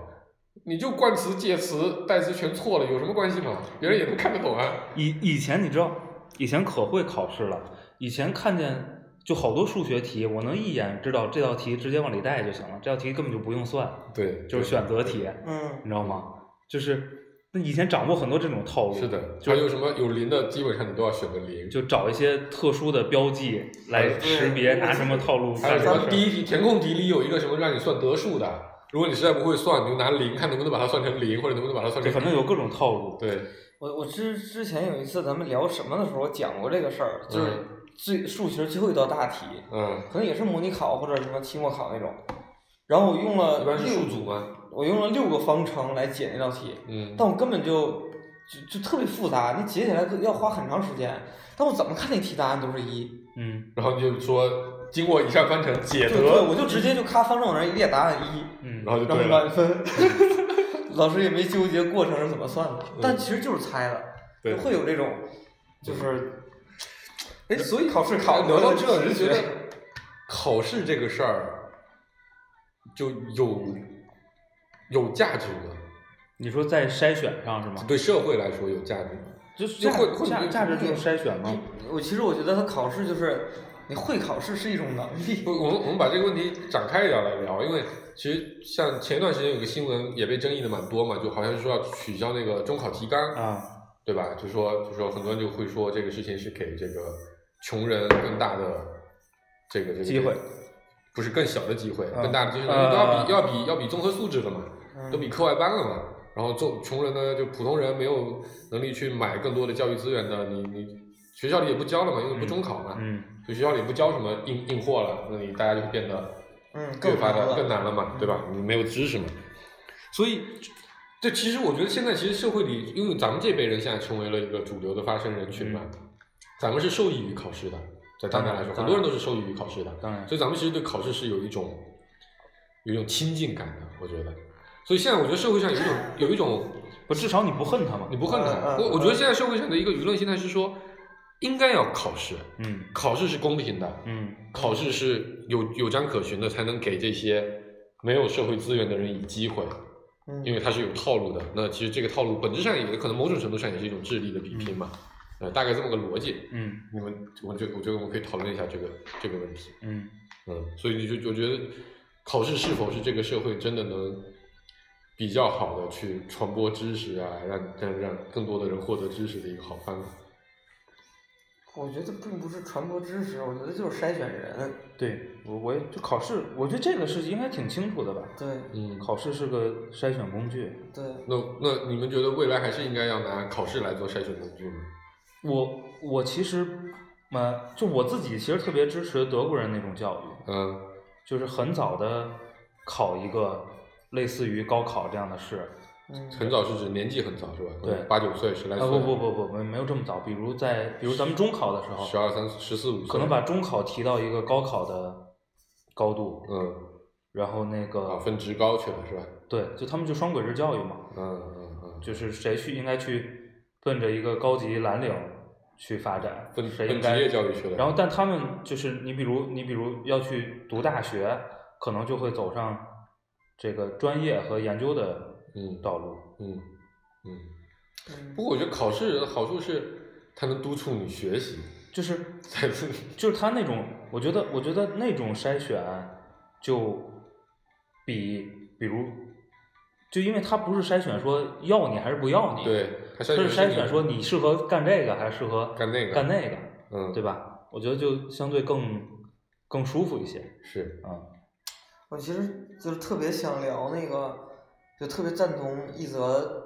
S5: 你就冠词、介词、代词全错了，有什么关系嘛？别人也能看得懂啊。
S4: 以以前你知道，以前可会考试了，以前看见就好多数学题，我能一眼知道这道题直接往里带就行了，这道题根本就不用算，
S5: 对，
S4: 就是选择题，
S3: 嗯
S4: 你知道吗？就是那以前掌握很多这种套路，
S5: 是的，
S4: 就
S5: 还有什么有零的，基本上你都要选个零。
S4: 就找一些特殊的标记来
S5: 对
S4: 识别拿什么套路
S5: 还有
S4: 干
S5: 什
S4: 什么
S5: 么
S4: 事
S5: 第
S4: 儿。
S5: 一题填空题里有一个什么让你算得数的，如果你实在不会算，你就拿零看能不能把它算成零，或者能不能把它算
S4: 对，
S5: 成
S4: 反正有各种套路。
S5: 对，
S3: 我我之之前有一次咱们聊什么的时候讲过这个事儿，就是
S5: 嗯
S3: 最数学最后一道大题，
S5: 嗯，
S3: 可能也是模拟考或者什么期末考那种。然后我用
S5: 一
S3: 了
S5: 般是数
S3: 六，
S5: 组嘛，
S3: 我用了六个方程来解那道题，
S5: 嗯，
S3: 但我根本就就就特别复杂，你解起来要花很长时间。但我怎么看那题答案都是一，
S4: 嗯
S5: 然后你就说经过以上方程解
S3: 对
S5: 得，
S3: 对，我就直接就咔方程往那儿一列，答案一，
S4: 嗯，
S5: 然后就
S3: 然后
S5: 对
S3: 满
S5: 了，嗯
S3: 分。 老师也没纠结过程是怎么算的，但其实就是猜的，
S5: 对嗯
S3: 就会有这种，就是，哎，所以考试考
S5: 聊到这，
S3: 我
S5: 我就觉得考试这个事儿就有有价值吗？
S4: 你说在筛选上是吗？
S5: 对社会来说有价值吗？
S4: 就是
S5: 就
S4: 价
S5: 会会
S4: 价价值就是筛选嘛。
S3: 嗯我其实我觉得他考试就是，你会考试是一种能力
S5: 不，，我们我们把这个问题展开一点来聊，因为其实像前一段时间有个新闻也被争议的蛮多嘛，就好像是说要取消那个中考提纲，
S4: 啊，
S5: 对吧？就说就说很多人就会说这个事情是给这个穷人更大的这个这个
S4: 机会，
S5: 不是更小的机会，
S4: 啊
S5: 更大的就是
S4: 啊
S5: 要比要比要比综合素质了嘛，
S3: 嗯
S5: 都比课外班了嘛。然后中穷人呢，就普通人没有能力去买更多的教育资源的，你你学校里也不教了嘛，因为不中考嘛，
S4: 嗯
S5: 就学校里不教什么硬硬货了，那你大家就变得
S3: 嗯，
S5: 越
S3: 更
S5: 发
S3: 难
S5: 的更
S3: 了。嗯
S5: 难了嘛，对吧？你没有知识嘛，所以这其实我觉得现在其实社会里，因为咱们这辈人现在成为了一个主流的发声人群嘛，
S3: 嗯
S5: 咱们是受益于考试的，在当代来说，
S4: 当然
S5: 很多人都是受益于考试的，
S4: 当然
S5: 所以咱们其实对考试是有一种有一种亲近感的，我觉得。所以现在我觉得社会上有一种有一种
S4: 不，至少你不恨他嘛
S5: 你。不恨他，
S3: 嗯嗯
S5: 我我
S3: 嗯
S5: 觉得现在社会上的一个舆论心态是说，应该要考试，
S4: 嗯
S5: 考试是公平的，
S4: 嗯
S5: 考试是有有章可循的，才能给这些没有社会资源的人以机会，
S3: 嗯
S5: 因为它是有套路的。那其实这个套路本质上也可能某种程度上也是一种智力的比拼嘛，呃，大概这么个逻辑。
S4: 嗯
S5: 你们，我觉得我觉得我们可以讨论一下这个这个问题。
S4: 嗯，
S5: 嗯，所以就我觉得考试是否是这个社会真的能比较好的去传播知识啊，让让让更多的人获得知识的一个好方法。
S3: 我觉得并不是传播知识，我觉得就是筛选人。
S4: 对我我也就考试，我觉得这个是应该挺清楚的吧。
S3: 对
S5: 嗯，
S4: 考试是个筛选工具，
S3: 对，
S5: 那那你们觉得未来还是应该要拿考试来做筛选工具吗？
S4: 我我其实，呃，就我自己其实特别支持德国人那种教育，
S5: 嗯
S4: 就是很早的考一个类似于高考这样的试，
S3: 嗯，
S5: 很早是指年纪很早是吧？可能
S4: 对
S5: 八九岁、十来
S4: 啊
S5: 岁。
S4: 不不，不不没没有这么早，比如在比如咱们中考的时候
S5: 十，二三、十四五岁。
S4: 可能把中考提到一个高考的高度，
S5: 嗯，
S4: 然后那
S5: 啊
S4: 个
S5: 分职高去了是吧？
S4: 对，就他们就双轨制教育嘛，
S5: 嗯嗯嗯，
S4: 就是谁去应该去奔着一个高级蓝领去发展，
S5: 分
S4: 谁
S5: 分
S4: 应
S5: 职
S4: 该
S5: 业教育去了。
S4: 然后，但他们就是你，比如你，比如要去读大学，可能就会走上这个专业和研究的
S5: 嗯
S4: 道路。
S5: 嗯嗯，
S3: 嗯
S5: 不过我觉得考试的好处是它能督促你学习，
S4: 就是
S5: 才是
S4: 就是他那种，我觉得我觉得那种筛选就比比如，就因为他不是筛选说要你还是不要你，，
S5: 对，它
S4: 他
S5: 筛
S4: 是
S5: 选
S4: 筛
S5: 你
S4: 选说你适合干这个还是适合
S5: 干那个
S4: 干那个，
S5: 嗯
S4: 对吧？我觉得就相对更更舒服一些
S5: 是
S4: 啊。
S3: 我其实就是特别想聊那个，就特别赞同一泽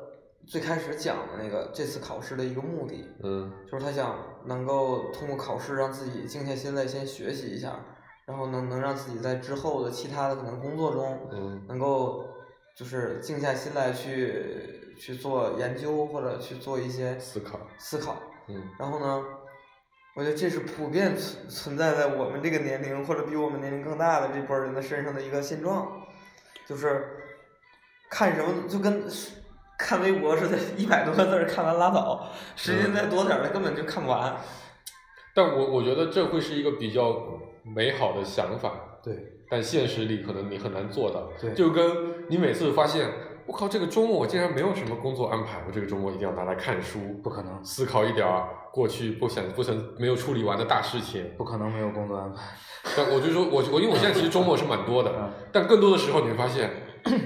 S3: 最开始讲的那个这次考试的一个目的，
S5: 嗯
S3: 就是他想能够通过考试让自己静下心来先学习一下，然后能能让自己在之后的其他的可能工作中
S5: 嗯
S3: 能够就是静下心来去去做研究或者去做一些
S5: 思考
S3: 思考。
S5: 嗯
S3: 然后呢，我觉得这是普遍存存在在我们这个年龄或者比我们年龄更大的这波人的身上的一个现状，就是看什么就跟看微博似的，一百多个字儿看完拉倒，时间再多点儿的根本就看不
S4: 嗯
S3: 完。
S5: 但我我觉得这会是一个比较美好的想法，
S3: 对，
S5: 但现实里可能你很难做到。
S3: 对
S5: 就跟你每次发现，我靠，这个周末我竟然没有什么工作安排，我这个周末一定要拿来看书，
S4: 不可能
S5: 思考一点儿过去不想不曾没有处理完的大事情。
S4: 不可能没有工作安排。
S5: 但我就说，我我因为我现在其实周末是蛮多
S4: 嗯
S5: 的，但更多的时候你会发现，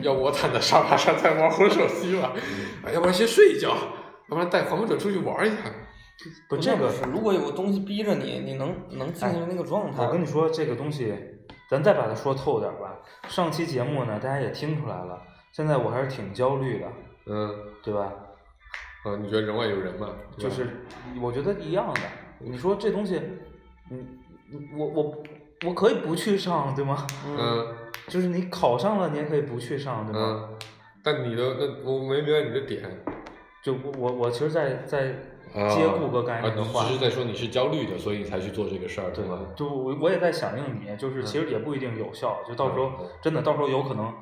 S5: 要不我躺在沙发上再玩会儿手机吧，
S4: 嗯
S5: 啊要不然先睡一觉，要不然带黄昏者出去玩一下。
S4: 不，这个哎
S3: 是如果有个东西逼着你，你能能进入那个状态。
S4: 我跟你说，这个东西，咱再把它说透点儿吧。上期节目呢，大家也听出来了，现在我还是挺焦虑的，
S5: 嗯，
S4: 对吧？
S5: 啊，你觉得人外有人嘛？对
S4: 就
S5: 吧
S4: 是我觉得一样的。你说这东西，嗯，我我我可以不去上，对吗？
S3: 嗯，
S5: 嗯
S4: 就是你考上了，你也可以不去上，对吗？
S5: 嗯，但你的那我没明白你的点。
S4: 就我我我其实在，在接顾哥刚才那个话，
S5: 哦啊，你只是在说你是焦虑的，所以你才去做这个事儿，
S4: 对
S5: 吗？
S4: 就我我也在响应你，就是其实也不一定有效，就到时候
S5: 嗯
S4: 真的到时候有可能，比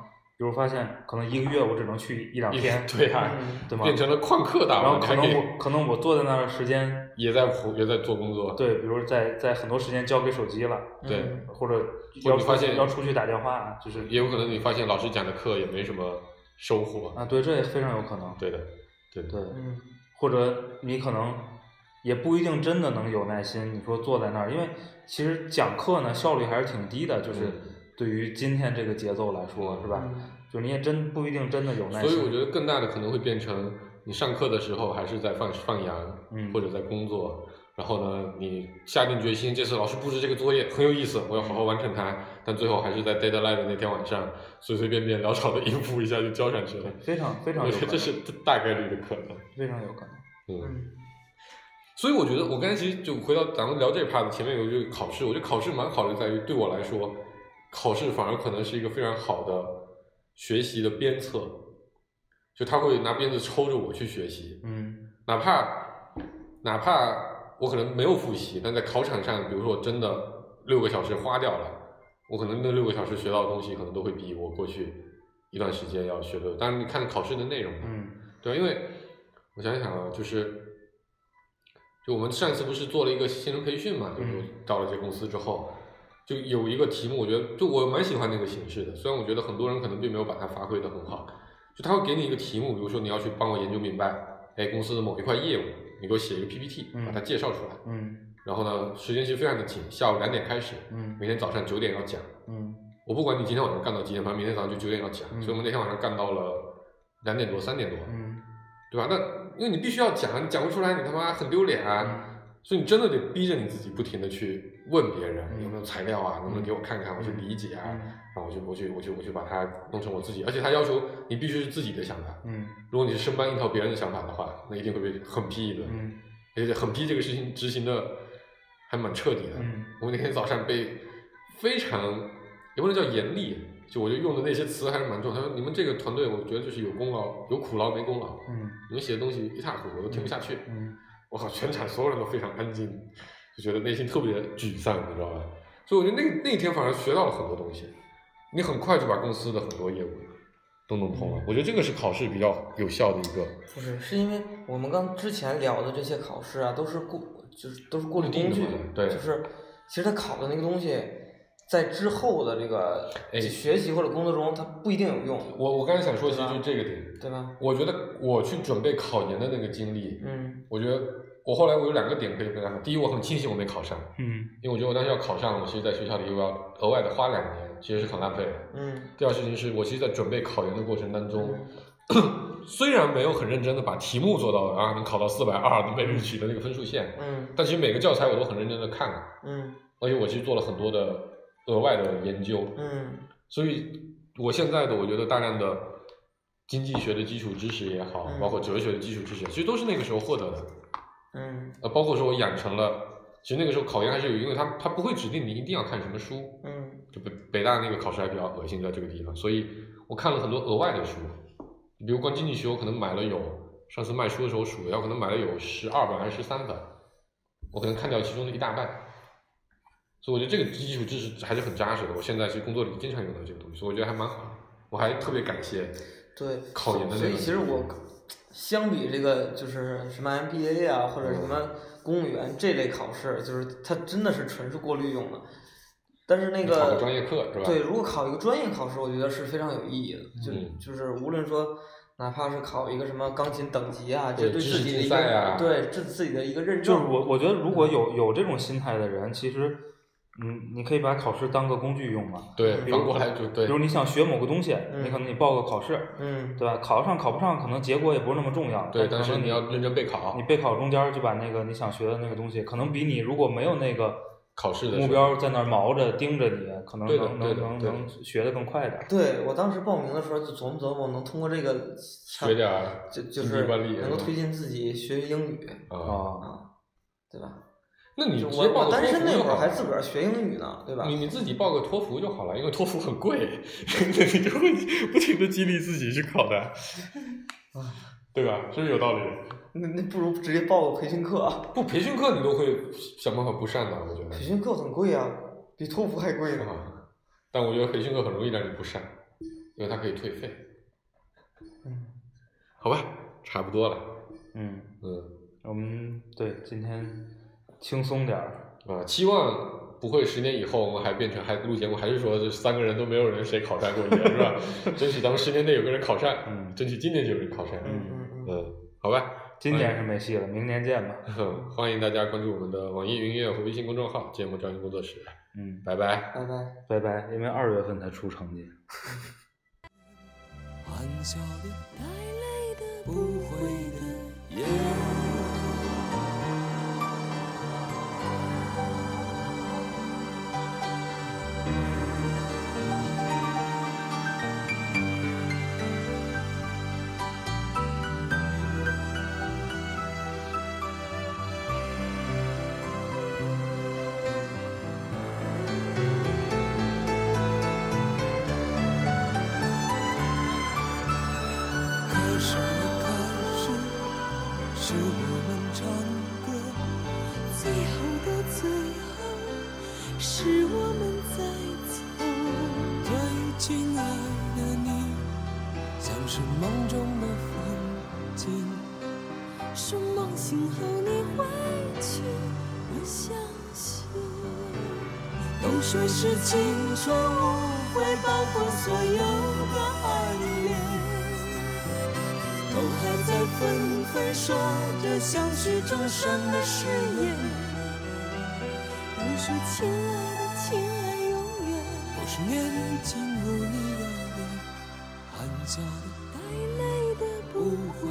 S4: 如发现可能一个月我只能去一两天，
S5: 对啊，
S3: 嗯
S4: 对吗？
S5: 变成了旷课大
S4: 然后
S5: 王，
S4: 可
S5: 还
S4: 能
S5: 给
S4: 我可能我坐在那儿的时间，
S5: 也在普也在做工作。
S4: 对，比如在在很多时间交给手机了，
S5: 对
S3: 嗯
S4: 或者要
S5: 或者你发
S4: 出去
S5: 现
S4: 要出去打电话，就是
S5: 也有可能你发现老师讲的课也没什么收获。
S4: 啊，对，这也非常有可能，
S5: 对的，对的。
S4: 对，
S3: 嗯
S4: 或者你可能也不一定真的能有耐心，你说坐在那儿，因为其实讲课呢效率还是挺低的，就是
S5: 嗯
S4: 对于今天这个节奏来说，是吧？
S3: 嗯
S4: 就你也真不一定真的有耐心，
S5: 所以我觉得更大的可能会变成你上课的时候还是在放放羊，
S4: 嗯
S5: 或者在工作。然后呢，你下定决心，这次老师布置这个作业很有意思，我要好好完成它。但最后还是在 deadline 的那天晚上，随随便便潦草的应付一下就交上去了。
S4: 非常非常
S5: 我
S4: 有
S5: 觉
S4: 可
S5: 得这
S4: 能，
S5: 是大概率的可能。
S4: 非常有可能，
S5: 嗯，
S3: 嗯
S5: 所以我觉得我刚才其实就回到咱们聊这 part 前面有一个考试，我觉得考试蛮好的，在于对我来说，考试反而可能是一个非常好的学习的鞭策，就他会拿鞭子抽着我去学习，
S4: 嗯
S5: 哪怕哪怕我可能没有复习，但在考场上，比如说我真的六个小时花掉了，我可能那六个小时学到的东西，可能都会比我过去一段时间要学的。当然，你看考试的内容嘛，
S4: 嗯
S5: 对，因为我想想啊，就是，就我们上一次不是做了一个新人培训嘛，就是
S4: 嗯
S5: 到了这公司之后，就有一个题目，我觉得就我蛮喜欢那个形式的，虽然我觉得很多人可能并没有把它发挥的很好，就他会给你一个题目，比如说你要去帮我研究明白，哎，公司的某一块业务，你给我写一个 PPT，
S4: 嗯
S5: 把它介绍出来，
S4: 嗯
S5: 然后呢，时间其实非常的紧，下午两点开始，
S4: 嗯
S5: 每天早上九点要讲。
S4: 嗯
S5: 我不管你今天晚上干到几点，反正明天早上就九点要讲，
S4: 嗯
S5: 所以我们那天晚上干到了两点多、三点多，
S4: 嗯
S5: 对吧？那因为你必须要讲，你讲不出来，你他妈很丢脸啊！
S4: 嗯
S5: 所以你真的得逼着你自己，不停的去问别人、
S4: 嗯
S5: 有没有材料啊，能不能给我看看，我去
S4: 嗯
S5: 理解啊，
S4: 嗯
S5: 然后我去我去我去我去把它弄成我自己。而且他要求你必须是自己的想法，
S4: 嗯
S5: 如果你是生搬硬套别人的想法的话，那一定会被狠批一顿，
S4: 嗯
S5: 而且狠批这个事情执行的还蛮彻底的。
S4: 嗯
S5: 我们那天早上被非常也不能叫严厉，就我就用的那些词还是蛮重。他说你们这个团队，我觉得就是有功劳有苦劳没功劳，
S4: 嗯
S5: 你们写的东西一塌糊涂，我都听不下去。
S4: 嗯
S5: 我靠，全场所有人都非常安静，就觉得内心特别沮丧，你知道吧？所以我觉得那那天反而学到了很多东西，你很快就把公司的很多业务都弄通
S4: 嗯
S5: 了。我觉得这个是考试比较有效的一个，
S3: 不是，是因为我们刚之前聊的这些考试啊，都是过，就是都是过滤
S5: 固
S3: 工
S5: 定的
S3: 具
S5: 嘛，对
S3: 就是其实他考的那个东西，在之后的这个
S5: 哎
S3: 学习或者工作中，它不一定有用，
S5: 我我刚才想说，其实
S3: 对吧
S5: 就是这个点。
S3: 对吧？
S5: 我觉得我去准备考研的那个经历，
S3: 嗯
S5: 我觉得我后来我有两个点可以分享。第一，我很庆幸我没考上，
S4: 嗯
S5: 因为我觉得我当时要考上，我其实在学校里又要额外的花两年，其实是很浪费的。
S3: 嗯
S5: 第二事情是我其实，在准备考研的过程当中， 虽然没有很认真的把题目做到啊，能考到四百二，能被录取的那个分数线，
S3: 嗯
S5: 但其实每个教材我都很认真的看了，
S3: 嗯
S5: 而且我其实做了很多的额外的研究，
S3: 嗯
S5: 所以我现在的我觉得大量的经济学的基础知识也好，
S3: 嗯
S5: 包括哲学的基础知识，其实都是那个时候获得的。
S3: 嗯
S5: 呃，包括说我养成了，其实那个时候考研还是有，因为他他不会指定你一定要看什么书，
S3: 嗯
S5: 就北北大那个考试还比较恶心，在这个地方，所以我看了很多额外的书，比如关于经济学，我可能买了有上次卖书的时候数了，我可能买了有十二本还是十三本，我可能看掉其中的一大半，所以我觉得这个基础知识还是很扎实的。我现在其实工作里经常用到这个东西，所以我觉得还蛮好的，我还特别感谢。
S3: 对，
S5: 考研的
S3: 所
S5: 那
S3: 以
S5: 个
S3: 其实我相比这个就是什么 MBA 啊，或者什么公务员这类考试，就是它真的是纯是过滤用的，但是那
S5: 考
S3: 个
S5: 个专业课是吧？
S3: 对，如果考一个专业考试，我觉得是非常有意义的。就、
S5: 嗯
S3: 就是无论说，哪怕是考一个什么钢琴等级啊，这
S5: 对
S3: 对
S5: 知
S3: 自
S5: 识
S3: 己的
S5: 竞
S3: 一个、
S5: 赛啊
S3: 对这自己的一个认
S4: 就是
S3: 证。
S4: 我我觉得如果有有这种心态的人，其实嗯，你可以把考试当个工具用嘛。
S5: 对，
S3: 嗯
S5: 反过来就对
S4: 比，如你想学某个东西，
S3: 嗯
S4: 你可能你报个考试，
S3: 嗯
S4: 对吧？考上考不上，可能结果也不是那么重要。
S5: 对，
S4: 可
S5: 但是
S4: 能
S5: 你要认真备考
S4: 你。备考中间就把那个你想学的那个东西，可能比你如果没有那个
S5: 考试的时候
S4: 目标在那儿挠着盯着你，可能
S5: 对的
S4: 能
S5: 对
S4: 能
S5: 的
S4: 能
S5: 对的
S4: 能学的更快一点。
S3: 对我当时报名的时候就琢磨琢磨，能通过这个
S5: 学点儿
S3: 就就
S5: 经济
S3: 是
S5: 管理
S3: 能够
S5: 是吧
S3: 推进自己学英语
S5: 啊。
S4: 啊，
S3: 啊，对吧？
S5: 那你
S3: 就
S5: 直接
S3: 我
S5: 报
S3: 我
S5: 个
S3: 单
S5: 托
S3: 身
S5: 福
S3: 那
S5: 就
S3: 会儿
S5: 好
S3: 还
S5: 了。
S3: 自个儿学英语呢，对吧？
S5: 啊你你自己报个托福就好了，因为托福很贵， 你就会不停的激励自己去考 的，对吧？是不是有道理？
S3: 那那不如直接报个培训课啊，
S5: 不，培训课你都会想办法不上的，我觉得
S3: 培。训课很贵啊，比托福还贵呢。
S5: 啊，但我觉得培训课很容易让你不上，因为它可以退费。
S3: 嗯，
S5: 好吧，差不多了。
S4: 嗯。
S5: 嗯
S4: 我们对今天轻松点儿，
S5: 啊，期望不会十年以后我们还变成还录节目，还是说这三个人都没有人谁考上过研是吧？ 争取咱们十年内有个人考上，
S4: 嗯
S5: 争取今年就有人考上。
S3: 嗯嗯嗯，
S5: 嗯，好吧，
S4: 今年是没戏了，明年见吧。
S5: 嗯 欢迎大家关注我们的网易云音乐和微信公众号“芥末章鱼工作室
S4: 嗯”，，
S5: 拜拜。
S3: 拜拜。
S4: 拜拜，因为二月份才出成绩。
S6: 玩笑的、
S2: 太累的
S6: 不会的夜。可是开始是我们唱歌，
S2: 最后的最后，是我们在走。
S6: 对，亲爱的你，像是梦中的风景。
S2: 说梦醒后你会去，我相信。
S6: 都说是青春无悔，包括所有的暗恋，都还在纷纷说着相许终身的誓言。
S2: 都说亲爱的，亲爱永远。
S6: 都是年轻无力的人，含笑的
S2: 带泪的
S6: 不
S2: 不会
S6: 悔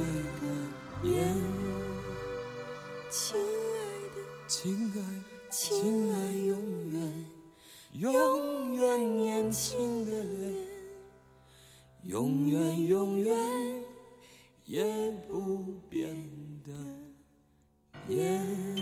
S6: 的眼。
S2: 亲爱的，
S6: 情爱，
S2: 亲
S6: 情
S2: 爱
S6: 爱
S2: 永
S6: 永
S2: 远
S6: 远，。永远年轻的脸，永远永远也不变的眼。